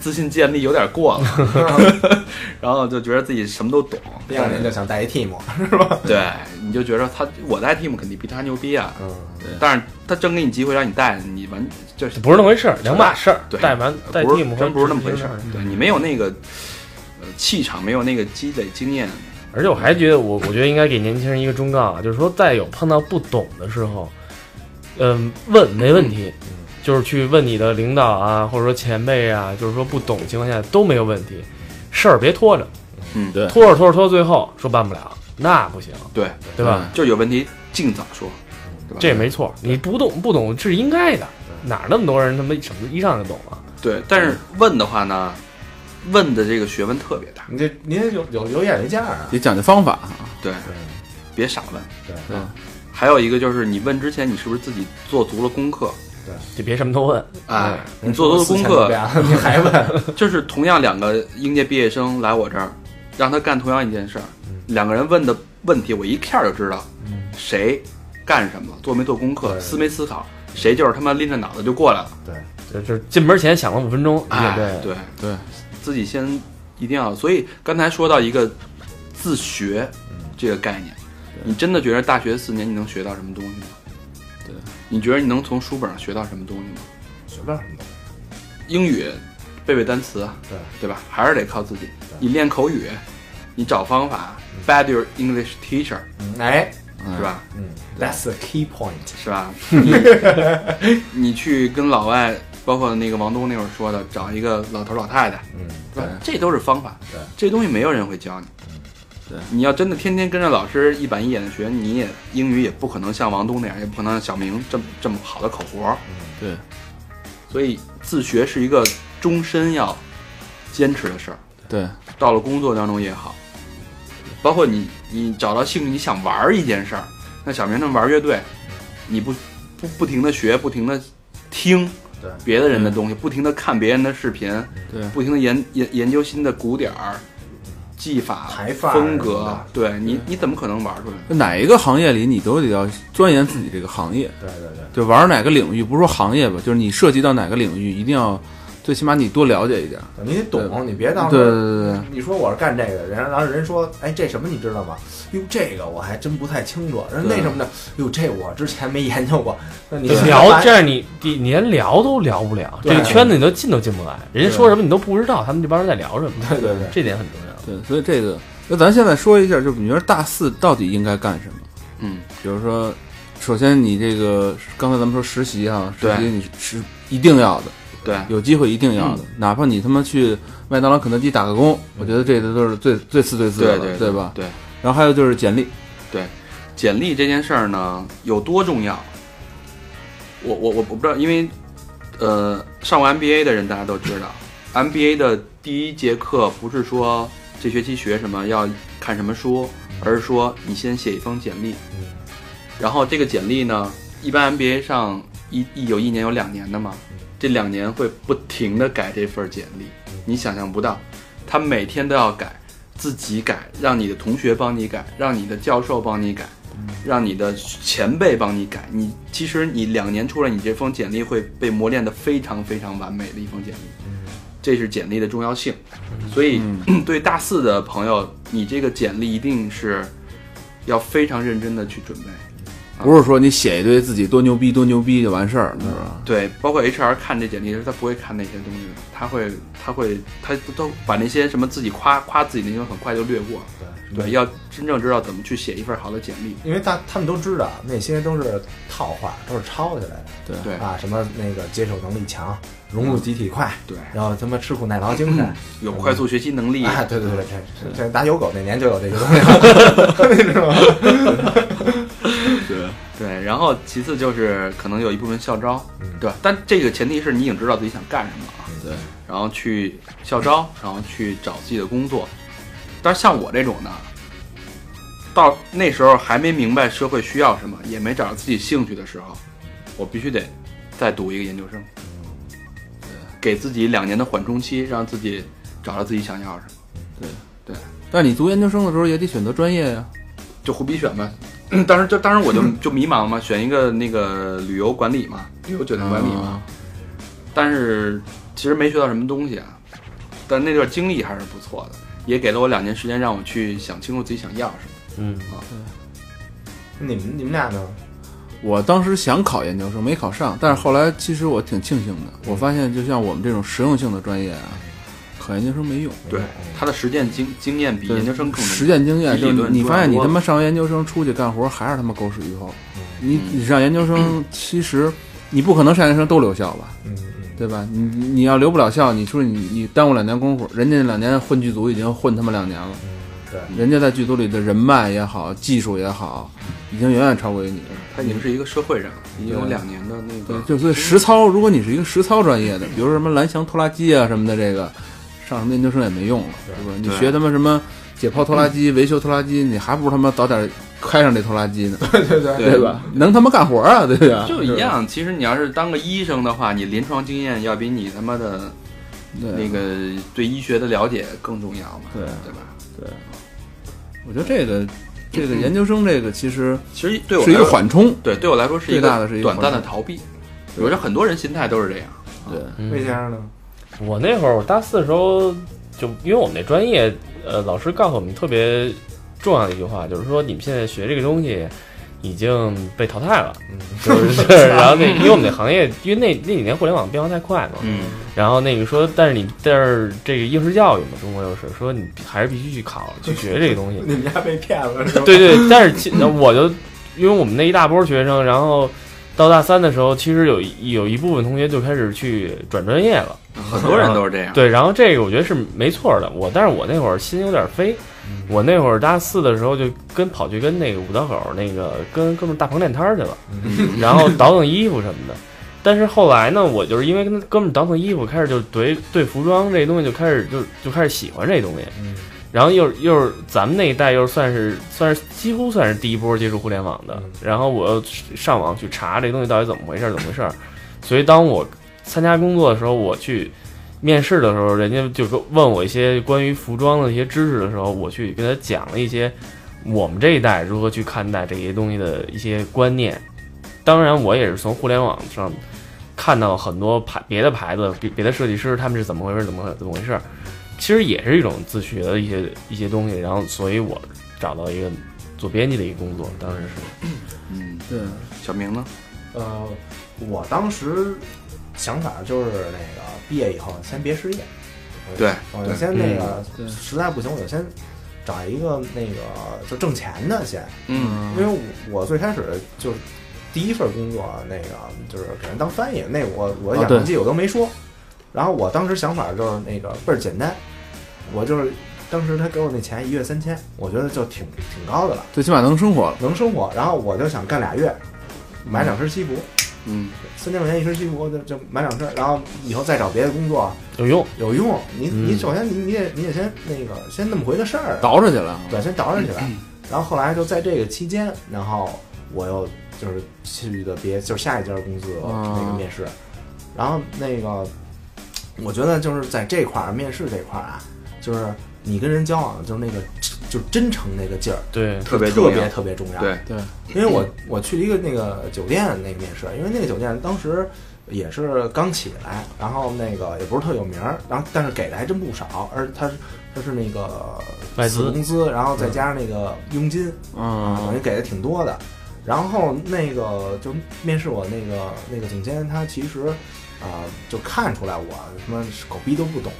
自信建立有点过了， <laughs> 然后就觉得自己什么都懂。
第二年就想带一 team，
<laughs> 对，你就觉得他我带 team 肯定比他牛逼啊，
嗯，
但是他真给你机会让你带，你完就是
不是那回事儿，两码事儿。
对
带完带
不
蒂
是
姆，
真不是那么回事儿，对你没有那个呃气场，没有那个积累经验，
而且我还觉得我，我觉得应该给年轻人一个忠告啊，就是说，在有碰到不懂的时候，嗯，问没问题，
嗯
就是去问你的领导啊，或者说前辈啊，就是说不懂的情况下都没有问题，事儿别拖着，
嗯
对
拖着拖着拖，最后说办不了，那不行，
对，嗯
对吧？
就有问题尽早说，对吧？
这也没错，你不懂不懂是应该的，哪儿那么多人他妈什么一上就懂啊？
对，但是问的话呢，问的这个学问特别大，
你这您这有有有眼力见儿啊。
得讲究方法啊。
对，别傻问。
对
对
还有一个就是你问之前，你是不是自己做足了功课？
就别什么都问，
哎，<laughs>
人
你做足了
说
功
四千
课
多，遍了你还问？ <laughs>
就是同样两个应届毕业生来我这儿，让他干同样一件事儿，
嗯
两个人问的问题，我一看就知道谁干什么，做没做功课，
对
思没思考，谁就是他妈拎着脑袋就过来了。
就就是进门前想了五分钟，
哎，
对
对
对，
自己先一定要。所以刚才说到一个自学这个概念，你真的觉得大学四年你能学到什么东西吗？
对，
你觉得你能从书本上学到什么东西吗？
学不了什么东西。
英语背背单词，啊
对
对吧？还是得靠自己。你练口语，你找方法，bad your English teacher，
嗯哎，
嗯
是吧？
嗯，That's the key point。
是吧？你你去跟老外，包括那个王东那会儿说的，找一个老头老太太，
嗯，
对吧？这都是方法
对，
这东西没有人会教你。
对
你要真的天天跟着老师一板一眼的学，你也英语也不可能像王东那样，也不可能像小明这么这么好的口活儿。
对，
所以自学是一个终身要坚持的事儿。
对，
到了工作当中也好，包括你你找到兴趣，你想玩儿一件事儿，那小明他们玩乐队，你不不不停的学，不停的听
对
别的人的东西，不停的看别人的视频，
对
不停的研研研究新的鼓点儿、技法、
排法
啊风
什么
格啊
的，
对你你怎么可能玩出来？
哪一个行业里你都得要钻研自己这个行业，
对对对，
就玩哪个领域，不是说行业吧，就是你涉及到哪个领域，一定要最起码你多了解一点。
对你得懂，你别到时
对
候
对对对，
你说我是干这个的，然后然后人说，哎，这什么你知道吗？哟，这个我还真不太清楚。然后那什么呢？哟，这我之前没研究过。那你
就
说
聊
白
这样你你你连聊都聊不了，这
对
个圈子你都进都进不来，人家说什么你都不知道，他们这帮人在聊什么，
对对对
这点很重要。
对，所以这个，那咱现在说一下，就是你觉得大四到底应该干什么？
嗯，
比如说，首先你这个刚才咱们说实习啊，实
对嗯
习你是一定要的，
对
有机会一定要的，哪怕你他妈去麦当劳、肯德基打个工，我觉得这个都是最最次最次的
对
了，
对
吧？
对，
然后还有就是简历，
简历这件事儿呢有多重要？我我我我不知道，因为呃，上过 MBA 的人大家都知道，MBA 的第一节课不是说这学期学什么要看什么书，而是说你先写一封简历，然后这个简历呢，一般 MBA 上一一有一年有两年的嘛，这两年会不停的改这份简历，你想象不到，他每天都要改，自己改，让你的同学帮你改，让你的教授帮你改。让你的前辈帮你改。你其实你两年出来，你这封简历会被磨练得非常非常完美的一封简历，这是简历的重要性。所以、 <clears throat> 对大四的朋友，你这个简历一定是要非常认真的去准备。啊
不是说你写一堆自己多牛逼多牛逼就完事儿，是吧？
对，包括 HR 看这简历的时候，他不会看那些东西的，他会他会他都把那些什么自己夸夸自己的那种很快就略过。
对
对，要真正知道怎么去写一份好的简历。
因为大他们都知道那些都是套话，都是抄起来的。
对
对
啊，什么那个接受能力强，融入集体快，
对，
然后他妈吃苦耐劳精神。啊
有快速学习能力，
啊，对对对，这这打有狗那年就有这个东西，你知道吗？
对，然后其次就是可能有一部分校招，
嗯
对吧？但这个前提是你已经知道自己想干什么了啊，
对，
然后去校招，然后去找自己的工作。但是像我这种呢，到那时候还没明白社会需要什么，也没找到自己兴趣的时候，我必须得再读一个研究生，给自己两年的缓冲期，让自己找到自己想要什么，
但你读研究生的时候也得选择专业呀、
就胡逼选呗。当时就当时我就就迷茫嘛，选一个那个旅游管理嘛，旅游酒店管理嘛。但是其实没学到什么东西啊，但那段经历还是不错的，也给了我两年时间让我去想清楚自己想要什么。
嗯，
你们你们俩呢？
我当时想考研究生，没考上，但是后来其实我挺庆幸的，我发现就像我们这种实用性的专业啊，考研究生没用。
对，他的实践经经验比
对
研究生更
实
重要。
践经验，
比
就
理
是
论
你
重
发
要
现你
多
他
了
妈上研究生出去干活还是他妈狗屎以后，你
嗯
你上研究
<clears throat>
生其实你不可能上研究生都留校吧，
嗯嗯，
对吧？你你你要留不了校，你说你你耽误两年功夫，人家两年混剧组已经混他妈两年了，
嗯对，
人家在剧组里的人脉也好，技术也好，已经远远超过于你。
他已经是一个社会人了，已经有两年的那
对
个，。
就所以实操，如果你是一个实操专业的，比如说什么蓝翔拖拉机啊什么的，这个上什么研究生也没用了，
对
是吧？你
对
学他妈什么解剖拖拉机、维修拖拉机，你还不如他妈早点开上这拖拉机呢，
对对对，
对吧？能他妈干活啊，对吧？
就一样，其实你要是当个医生的话，你临床经验要比你他妈的那
对，
个对医学的了解更重要嘛，
对
对吧？
我觉得这个这个研究生这个其实
其实对我
是一
来
个
说
缓冲，
对对我来说是一
最大的是一个
短暂的
缓
逃避。我觉得很多人心态都是这样，
对，
魏先生呢？
嗯我那会儿我大四的时候，就因为我们那专业，呃，老师告诉我们特别重要的一句话，就是说你们现在学这个东西已经被淘汰了，
嗯
<laughs> 就是是然后那因为我们那行业，因为那那几年互联网变化太快嘛，
嗯，
然后那个说，但是你但是这个应试教育嘛，中国又是说你还是必须去考去学这个
<laughs>
东西，
你们家被骗了是
<laughs>
吧？
对对，但是其那我就因为我们那一大波学生，然后到大三的时候，其实有一有一部分同学就开始去转专业了。
很多人都是这样。
对，然后这个我觉得是没错的。我但是我那会儿心有点飞，我那会儿大四的时候就跟跑去跟那个五道口那个跟哥们儿大棚练摊儿去了， <laughs> 然后倒腾衣服什么的。但是后来呢，我就是因为跟哥们儿倒腾衣服，开始就对对服装这东西就开始就就开始喜欢这东西。
嗯
然后又又是咱们那一代又算是算是几乎算是第一波接触互联网的
嗯，
然后我又上网去查这东西到底怎么回事儿，怎么回事儿。所以当我参加工作的时候，我去面试的时候，人家就问我一些关于服装的一些知识的时候，我去跟他讲了一些我们这一代如何去看待这些东西的一些观念。当然，我也是从互联网上看到很多牌别的牌子、别别的设计师他们是怎么回事、怎么怎么回事儿。其实也是一种自学的一些一些东西，然后所以我找到一个做编辑的一个工作，当时是
嗯，
对，
小明呢？
呃，我当时想法就是那个毕业以后先别失业，我
对
我就
对
先那个
对
实在不行我就先找一个那个就挣钱的先，
嗯
因为我我最开始就是第一份工作那个就是给人当翻译，那我我
啊
演
对
技我都没说。然后我当时想法就是那个倍儿简单，我就是当时他给我那钱一月三千，我觉得就挺挺高的了，
最起码能生活了。
能生活。然后我就想干俩月，买两身西服，
嗯，
三千块钱一身西服就就买两身，然后以后再找别的工作
有用。
有用。你你
嗯
首先你你也你也先那个先那么回个事儿，
倒饬去了，
对，先倒饬起来。
嗯
然后后来就在这个期间，然后我又就是去的别就是下一家公司的
啊
那个面试，然后那个我觉得就是在这块儿面试这块儿啊，就是你跟人交往就是那个就真诚那个劲儿，
对，
特别重
特
要
别特别重要。
对，
对，
因为我我去了一个那个酒店那个面试，因为那个酒店当时也是刚起来，然后那个也不是特有名儿，然后但是给的还真不少，而它是它是那个
外资
死工资，然后再加上那个佣金，啊，等
嗯
于给的挺多的。然后那个就面试我那个那个总监，他其实啊、就看出来我什么狗逼都不懂，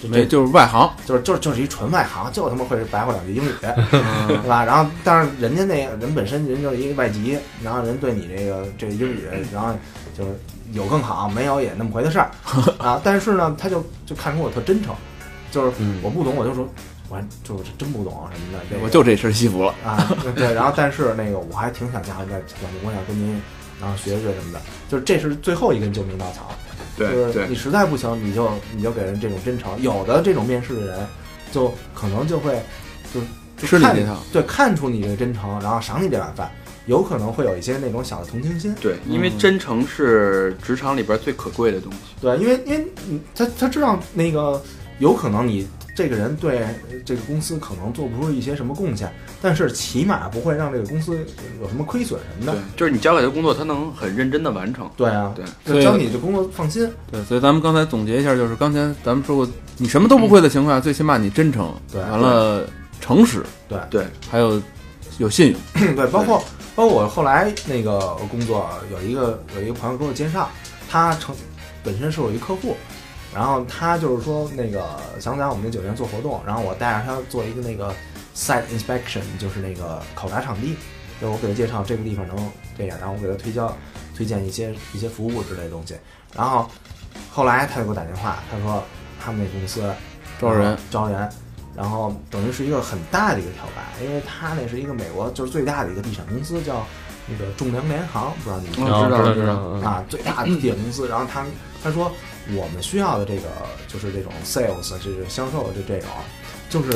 就这
没就是外行，
就是就是就是一纯外行，就他妈会白话两句英语，
<laughs>
对吧？然后但是人家那个人本身人就是一个外籍，然后人对你这个这个英语，然后就是有更好，没有也那么回的事儿啊。但是呢，他就就看出我特真诚，就是
嗯
我不懂我就说，我还就是真不懂什么的，这个、
我就这身西服了。
啊，对，然后但是那个我还挺想加入在小木工想跟您然后学学什么的，就是这是最后一根救命稻草，就
对
是你
对，
实在不行，你就你就给人这种真诚。有的这种面试的人，就可能就会就就
吃你
看
这套
对，看出你这个真诚，然后赏你这碗饭，有可能会有一些那种小的同情心，
对，因为真诚是职场里边最可贵的东西。
对，因为因为你他他知道那个有可能你这个人对这个公司可能做不出一些什么贡献，但是起码不会让这个公司有什么亏损什么的
对。，就是你交给他工作，他能很认真的完成。
对啊，
对，
就教你这工作放心。
对，所以咱们刚才总结一下，就是刚才咱们说过，你什么都不会的情况下，最起码你真诚，
对
完了诚实，
对
对，
还有有信用。
<clears throat> 对，包括包括我后来那个工作，有一个有一个朋友给我介绍，他成本身是我一客户，然后他就是说那个想在我们那酒店做活动，然后我带着他做一个那个 site inspection，就是那个考察场地，就我给他介绍这个地方能这样，然后我给他推销推荐一些一些服务之类的东西，然后后来他就给我打电话，他说他们那公司
招人
招人，然后等于是一个很大的一个跳板，因为他那是一个美国就是最大的一个地产公司，叫那个种粮联行，不知道你们
嗯
然后
知道了
知
知道
道
了
嗯
啊，最大的地产公司。然后他他说我们需要的这个就是这种 sales，就是销售的这种，就是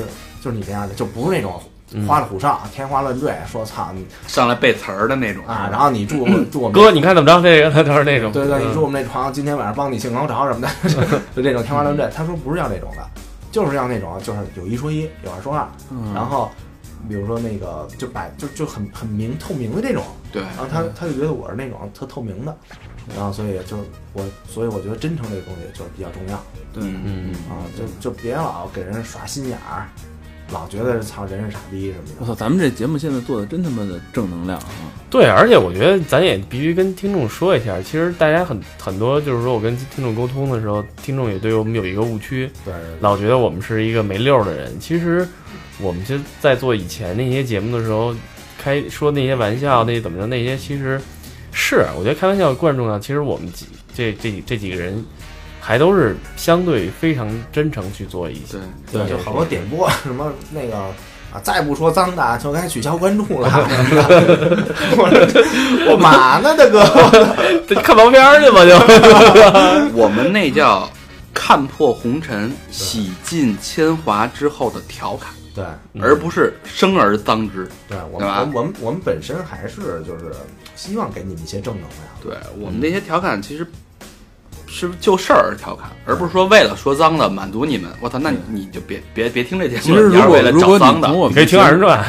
就是你这样的，就不是那种
嗯
花里胡哨、啊天花乱坠，说操你
上来背词儿的那种
啊，然后你住我住我们
哥，你看怎么着？这个他都是那种，
对对，你
嗯
住我们那床，今天晚上帮你性高潮什么的， <laughs> 就这种天花乱坠。他说不是要那种的，就是要那种就是有一说一，有二说二，
嗯
然后比如说那个就摆就就很很明透明的这种，
对，
然后他他就觉得我是那种特透明的，然后所以就是我所以我觉得真诚这个东西就是比较重要
对，
嗯，
啊，就就别老给人耍心眼儿，老觉得操人是傻逼什
我
么
操，
的。
咱们这节目现在做的真他妈的正能量啊！
对，而且我觉得咱也必须跟听众说一下，其实大家很很多就是说我跟听众沟通的时候，听众也对我们有一个误区，
对
老觉得我们是一个没溜儿的人。其实我们其实在做以前那些节目的时候，开说那些玩笑，那些怎么着，那些其实是我觉得开玩笑贯重要。其实我们几这这这几个人还都是相对非常真诚去
<laughs>
做一些
对。
对，就好多点播 <laughs> 什么那个啊，再不说脏的就该取消关注了。 <laughs> 我说我嘛呢，大哥？ <laughs>
对，看毛片儿去吧，就
<laughs> 我们那叫看破红尘、洗尽铅华之后的调侃，
对
而不是生而当之。
对，我
对
们
吧
我们我们我们本身还是就是希望给你们一些正能量。
对我们那些调侃，其实是就事儿而调侃，而不是说为了说脏的满足你们。我操，那你你就别别别听这节目
其
了，
实
你
如
要是
果
为了
如果
找脏
你从
的，
我们
可以听二人转。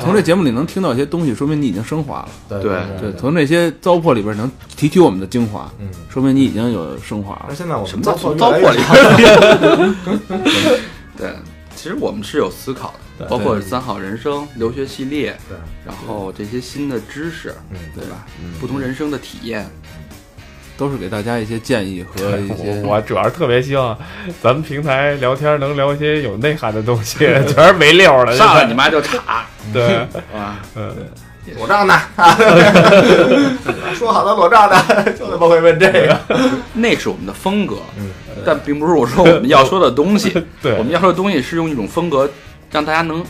从这节目里能听到一些东西，说明你已经升华了。
对
对
对
对，从那些糟粕里边能提取我们的精华，
嗯。
说明你已经有升华
而
了。
现在我
什
们
么叫
糟
从
粕
糟
越来
粕
越
里
少？
对，其实我们是有思考的，
对
包括三好人生、留学系列，
对，
然后这些新的知识，
嗯，
对吧？不同人生的体验，
嗯都是给大家一些建议和 <laughs> 一些
我我主要是特别希望咱们平台聊天能聊一些有内涵的东西， <laughs> 全是没溜儿的。
上来你妈就查， <laughs>
对，
啊，
嗯，
裸照呢？啊说好的裸照呢？就他妈会问这个。
那是我们的风格，
嗯
但并不是我说我们要说的
<laughs>
东西。
对
我们要说的东西是用一种风格，让大家能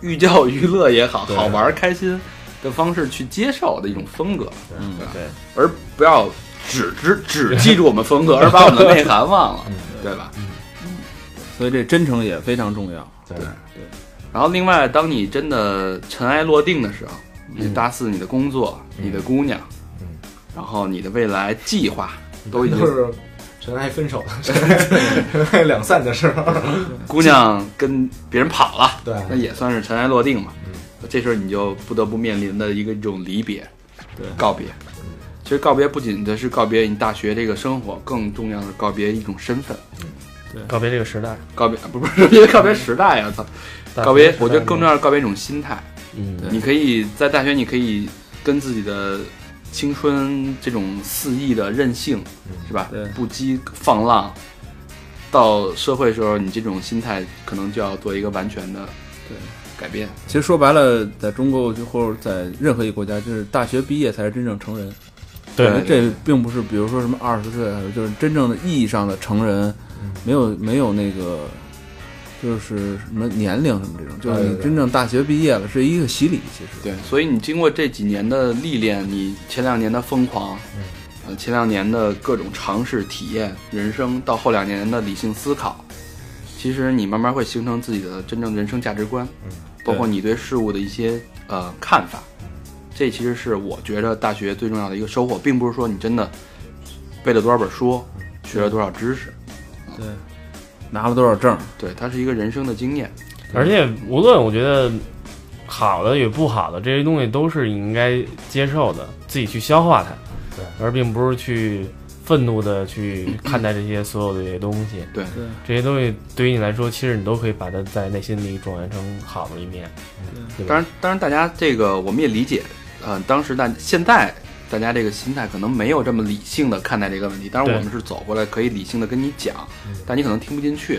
寓教于乐也好，好玩儿开心的方式去接受的一种风格，嗯，
对，
而不要只只只记住我们风格，而把我们的内涵忘了，对吧？
所以这真诚也非常重要。
对
然后另外，当你真的尘埃落定的时候，你大四你的工作、你的姑娘，
嗯
然后你的未来计划都已经
都是尘埃分手，尘埃 <laughs> 两散的时候。
姑娘跟别人跑了，
对
那也算是尘埃落定嘛。
嗯
这时候你就不得不面临的一个一种离别，
对
告别。其实告别不仅的是告别你大学这个生活，更重要的是告别一种身份，
告别这个时代，
告别不是 <laughs> 别告别时代啊，操！告别，我觉得更重
要。
要是告别一种心态。
嗯，
对
你可以在大学，你可以跟自己的青春这种肆意的任性，
嗯
是吧
对？
不羁放浪，到社会时候，你这种心态可能就要做一个完全的
对
改变。
其实说白了，在中国就或者在任何一个国家，就是大学毕业才是真正成人。
对，
这并不是比如说什么二十岁，还是就是真正的意义上的成人，没有没有那个就是什么年龄什么这种，就是
对对
你
对
真正大学毕业了是一个洗礼，其实
对，所以你经过这几年的历练，你前两年的疯狂，呃，前两年的各种尝试、体验人生，到后两年的理性思考，其实你慢慢会形成自己的真正人生价值观，
嗯
包括你对事物的一些呃看法。这其实是我觉得大学最重要的一个收获，并不是说你真的背了多少本书，学了多少知识，
对，拿了多少证儿，
对，它是一个人生的经验。
而且无论我觉得好的与不好的这些东西，都是你应该接受的，自己去消化它，
对，
而并不是去愤怒的去看待这些所有的这些东西。
对
对
这些东西对于你来说，其实你都可以把它在内心里转换成好的一面。
当然，当然，大家这个我们也理解，呃，当时大现在大家这个心态可能没有这么理性的看待这个问题。当然，
对
我们是走过来可以理性的跟你讲
嗯，
但你可能听不进去。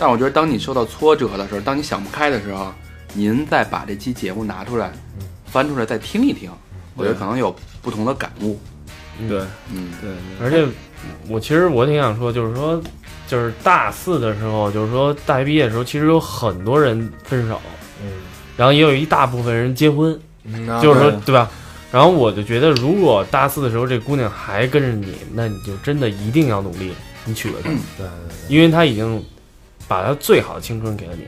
但我觉得，当你受到挫折的时候，当你想不开的时候，您再把这期节目拿出来
嗯，
翻出来再听一听，我觉得
对
可能有不同的感悟。
对
嗯，
对
而且我其实我挺想说，就是说，就是大四的时候，就是说大学毕业的时候，其实有很多人分手，
嗯
然后也有一大部分人结婚，
嗯，
就是说
对
对吧？然后我就觉得，如果大四的时候这姑娘还跟着你，那你就真的一定要努力，你娶了她，
对
因为她已经把她最好的青春给了你。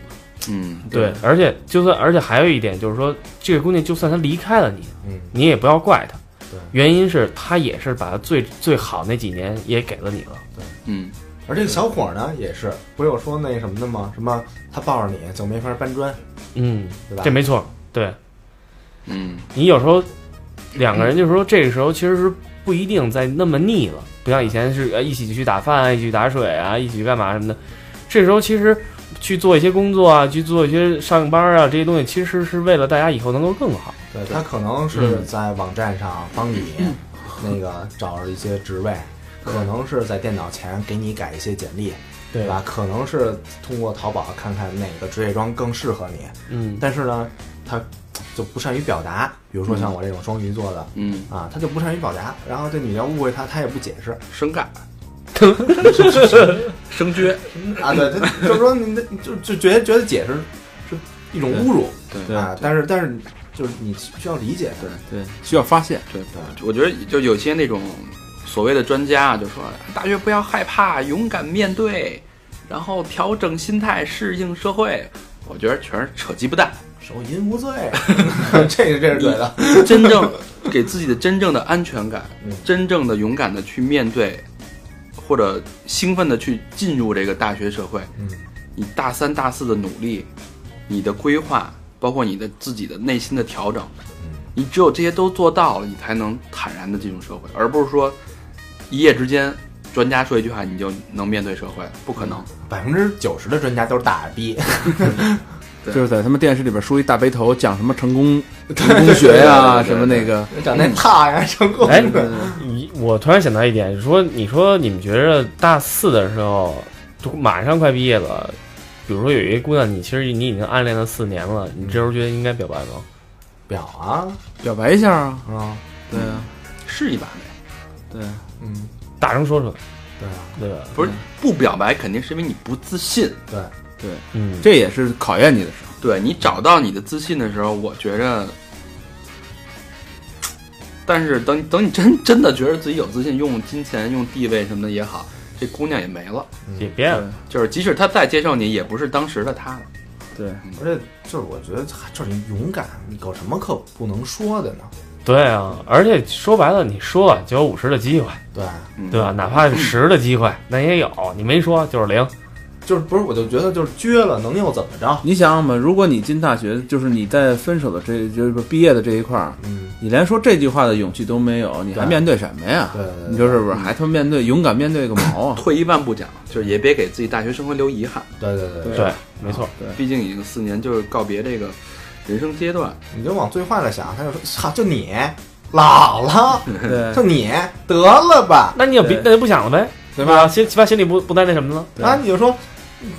嗯，
对，而且就算，而且还有一点就是说，这个姑娘就算她离开了你，
嗯
你也不要怪她
对，
原因是她也是把她最最好那几年也给了你了。
嗯，
而这个小伙儿呢也是，不是有说那什么的吗？什么他抱着你就没法搬砖，
嗯，
对吧？
这没错。对
嗯，
你有时候两个人，就是说这个时候其实是不一定再那么腻了，不像以前是呃一起去打饭啊，一起去打水啊，一起去干嘛什么的。这时候其实去做一些工作啊，去做一些上班啊这些东西，其实是为了大家以后能够更好。
对嗯他可能是在网站上帮你那个找着一些职位，可能是在电脑前给你改一些简历，
对
对吧？？可能是通过淘宝看看哪个职业装更适合你， <laughs>
嗯，
但是呢，他就不善于表达，比如说像我这种双鱼座的。
嗯，
啊，他就不善于表达，然后这女的误会他，他也不解释，
生尬，生撅，
<laughs> 啊，对，他就是说你那就就觉得觉得解释是一种侮辱
对
对
啊，但是但是就是你需要理解，
对
对，需要发现，
对，我觉得就有些那种所谓的专家啊，就说大学不要害怕，勇敢面对，然后调整心态，适应社会。我觉得全是扯鸡巴蛋。
手淫无罪，这个这是对的，
真正给自己的真正的安全感
嗯，
真正的勇敢的去面对，或者兴奋的去进入这个大学社会。
嗯，
你大三、大四的努力，你的规划，包括你的自己的内心的调整，
嗯
你只有这些都做到了，你才能坦然的进入社会，而不是说一夜之间，专家说一句话你就能面对社会，不可能。
<laughs> 百分之九十的专家都是大傻逼，
对
就是在他们电视里边梳一大背头，讲什么成功成功学呀，
对对对
什么那个，
长那大呀，成功，
哎，
嗯
你我突然想到一点，你说你说你们觉着大四的时候，就马上快毕业了，比如说有一个姑娘，你其实你已经暗恋了四年了，你这时候觉得应该表白吗？
表啊，
表白一下啊，
啊，
对啊，
试一把呗，
对，
嗯，
大声说出来，
对啊，
对吧？
不是不表白，肯定是因为你不自信。
对，
嗯，
这也是考验你的时候，
对你找到你的自信的时候，我觉着，但是等等你真真的觉得自己有自信，用金钱、用地位什么的也好，这姑娘也没了。
也变了，
就是即使她再接受你，也不是当时的她了。
对，
而且就是我觉得就是你勇敢，你有什么可不能说的呢？
对啊，而且说白了，你说啊，就有五十的机会，
对，
嗯、
对吧？啊哪怕是十的机 <laughs> 会，那也有，你没说就是零，
就是不是，我就觉得就是撅了，能又怎么着？
你想想吧，如果你进大学，就是你在分手的这就是毕业的这一块儿，
嗯，
你连说这句话的勇气都没有，你还
对
面对什么呀？
对对对
你说是不是？还他妈面对勇敢面对个毛啊！
退一万步讲，就是也别给自己大学生活留遗憾，
对对对，
对，没错，
毕竟已经四年，就是告别这个人生阶段。
你就往最坏了想，他就说，操，就你老了，
<laughs> 对
就你得了吧，
那你也别
对
那就不想了呗，
对
吧？
吧？
心起码心里不不再那什么了，
然后你就说，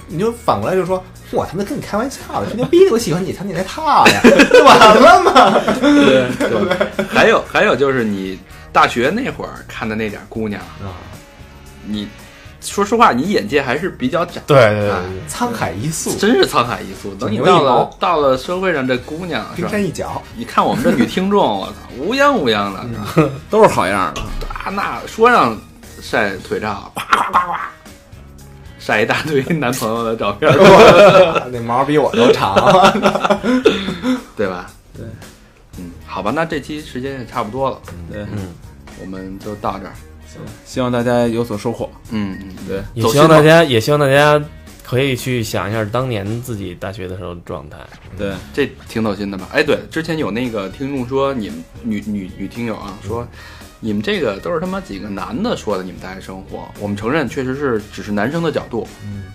你就反过来就说，我他妈跟你开玩笑的，吹牛逼的，我喜欢你，操你那套呀，就完了嘛。
对对，还有还有就是你大学那会儿看的那点儿姑娘，你说实话，你眼界还是比较窄。
对对
啊，沧海一粟，
真是沧海一粟。等你
牛
到
一
了
毛
到了社会上，这姑娘是
冰
吧？
山一角。
你看我们这女听众，我操，乌泱乌泱的，
<laughs> 都是好样的。
啊，那说让晒腿照，呱呱呱呱，晒一大堆男朋友的照
<laughs>
片，
那毛比我都长，
对吧？
对，
嗯，好吧，那这期时间也差不多了，
对，
嗯，
我们就到这儿。
希望大家有所收获。
嗯嗯，
对，
也
走
希望
心
大
吧
家也希望大家可以去想一下当年自己大学的时候的状态，
对，
这挺走心的吧？哎，对，之前有那个听众说，你们女女女听友啊，说你们这个都是他妈几个男的说的，你们大学生活，我们承认确实是只是男生的角度，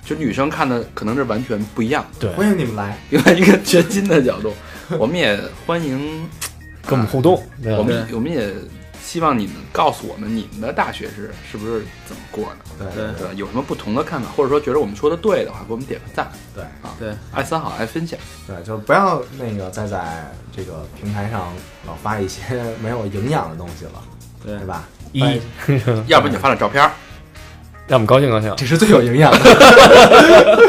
就女生看的可能是完全不一样，
对，
欢迎你们来。
另外一个全新的角度，我们也欢迎，
跟我们互动，嗯对吧
我们我们也希望你们告诉我们你们的大学是是不是怎么过的，
对
对
对吧？有什么不同的看法，或者说觉得我们说的对的话，给我们点个赞，
对
啊，
对，
爱三好爱分享，
对，就是不要那个再在这个平台上老发一些没有营养的东西了，
对
对吧？
一，
哎
要不你就发点照片儿，
<laughs> 让我们高兴高兴。
这是最有营养的，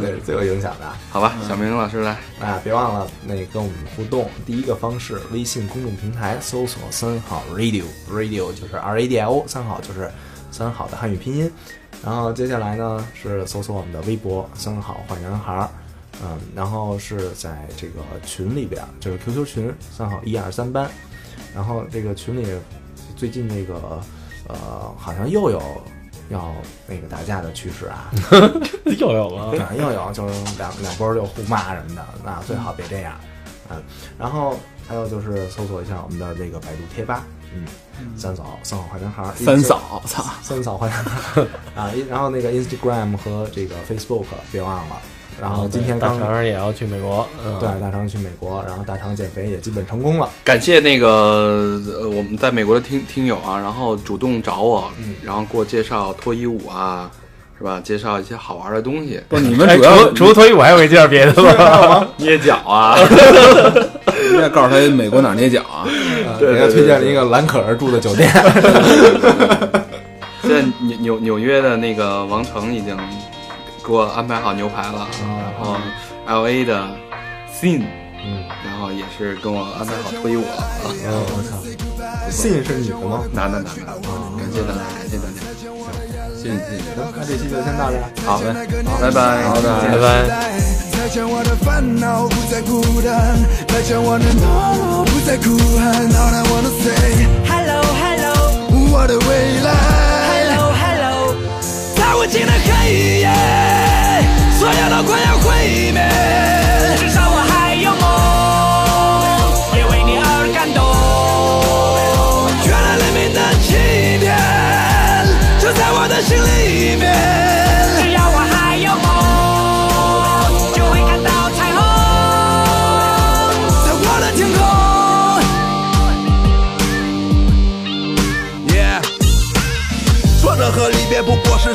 对，最有影响的。
好吧？小明老师来，
啊，别忘了那跟我们互动。第一个方式，微信公众平台搜索“三好 radio”，radio 就是 R A D I O，三好就是三好的汉语拼音。然后接下来呢是搜索我们的微博“三好坏男孩”，儿”，嗯，然后是在这个群里边儿，就是 QQ 群三好一二三班，然后这个群里最近这个呃好像又有要那个打架的趋势啊，
<laughs> 又有了
对，又有就是两两波就互骂什么的，那最好别这样，嗯。然后还有就是搜索一下我们的这个百度贴吧，嗯，三嫂三嫂坏男孩儿，
三嫂，操，
三嫂坏男孩儿啊，一然后那个 Instagram 和这个 Facebook 别忘了。然后今天
大
刚
肠儿也要去美国，嗯，
对大肠去美国，然后大肠减肥也基本成功了，
感谢那个呃我们在美国的听听友啊，然后主动找我，然后给我介绍脱衣舞啊，是吧？介绍一些好玩的东西，
不，你
哎。
们主
除
要
了除了脱衣舞，还有一件别的吗？
捏脚啊，
你们要告诉他
呃
美国哪儿捏脚啊？
<laughs> 哎对，给他推荐了一个蓝可儿住的酒店，
纽纽约的那个王成已经给我安排好牛排了，然后 L A 的 Sin，
嗯，
然后也是跟我安排好推我， <laughs> 啊
哎呦我操，信是你的吗？
男的男的，感谢大家，感谢大家，
谢谢你谢谢你。
那这期就先到这儿。
好嘞，拜拜，
好的
<laughs> 拜拜。
再见我的烦恼，不再孤单，再见我的懦弱，不再哭喊。All I wanna say，
Hello Hello
我的未来。
Hello Hello，
在无尽的黑夜，所有都快要毁灭，
至少我还有梦，也为你而感动。
原来黎明的起点就在我的心里面。
只要我还有梦，就会看到彩虹。
在我的天空。Yeah，挫折和离别不过是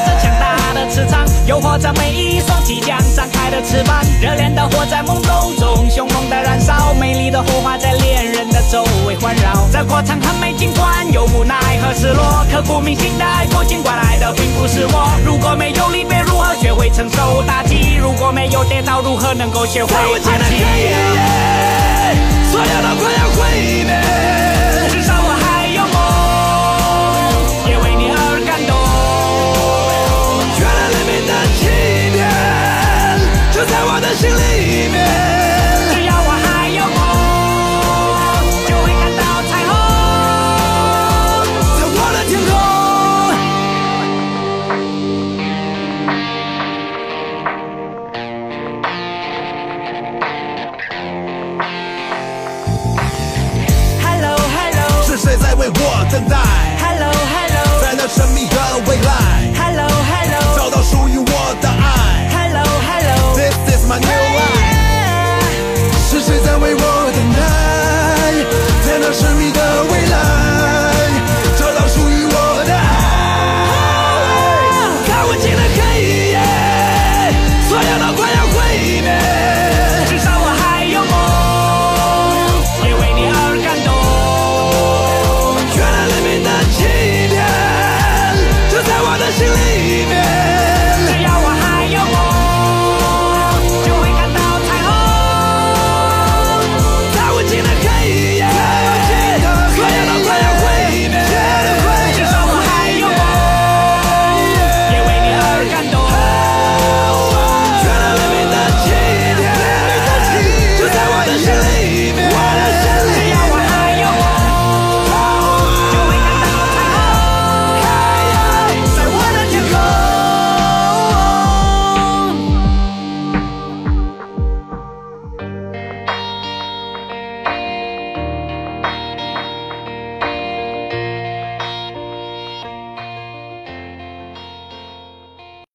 着强大的磁场，诱惑着每一双即将张开的翅膀。热烈的火在梦中中，凶猛的燃烧，美丽的火花在恋人的周围环绕。这过程很美，尽管有无奈和失落，刻骨铭心的爱过，尽管爱的并不是我。如果没有离别，如何学会承受打击？如果没有跌倒，如何能够学会
在无尽
爬
的黑
起？
夜，所有都快要毁灭。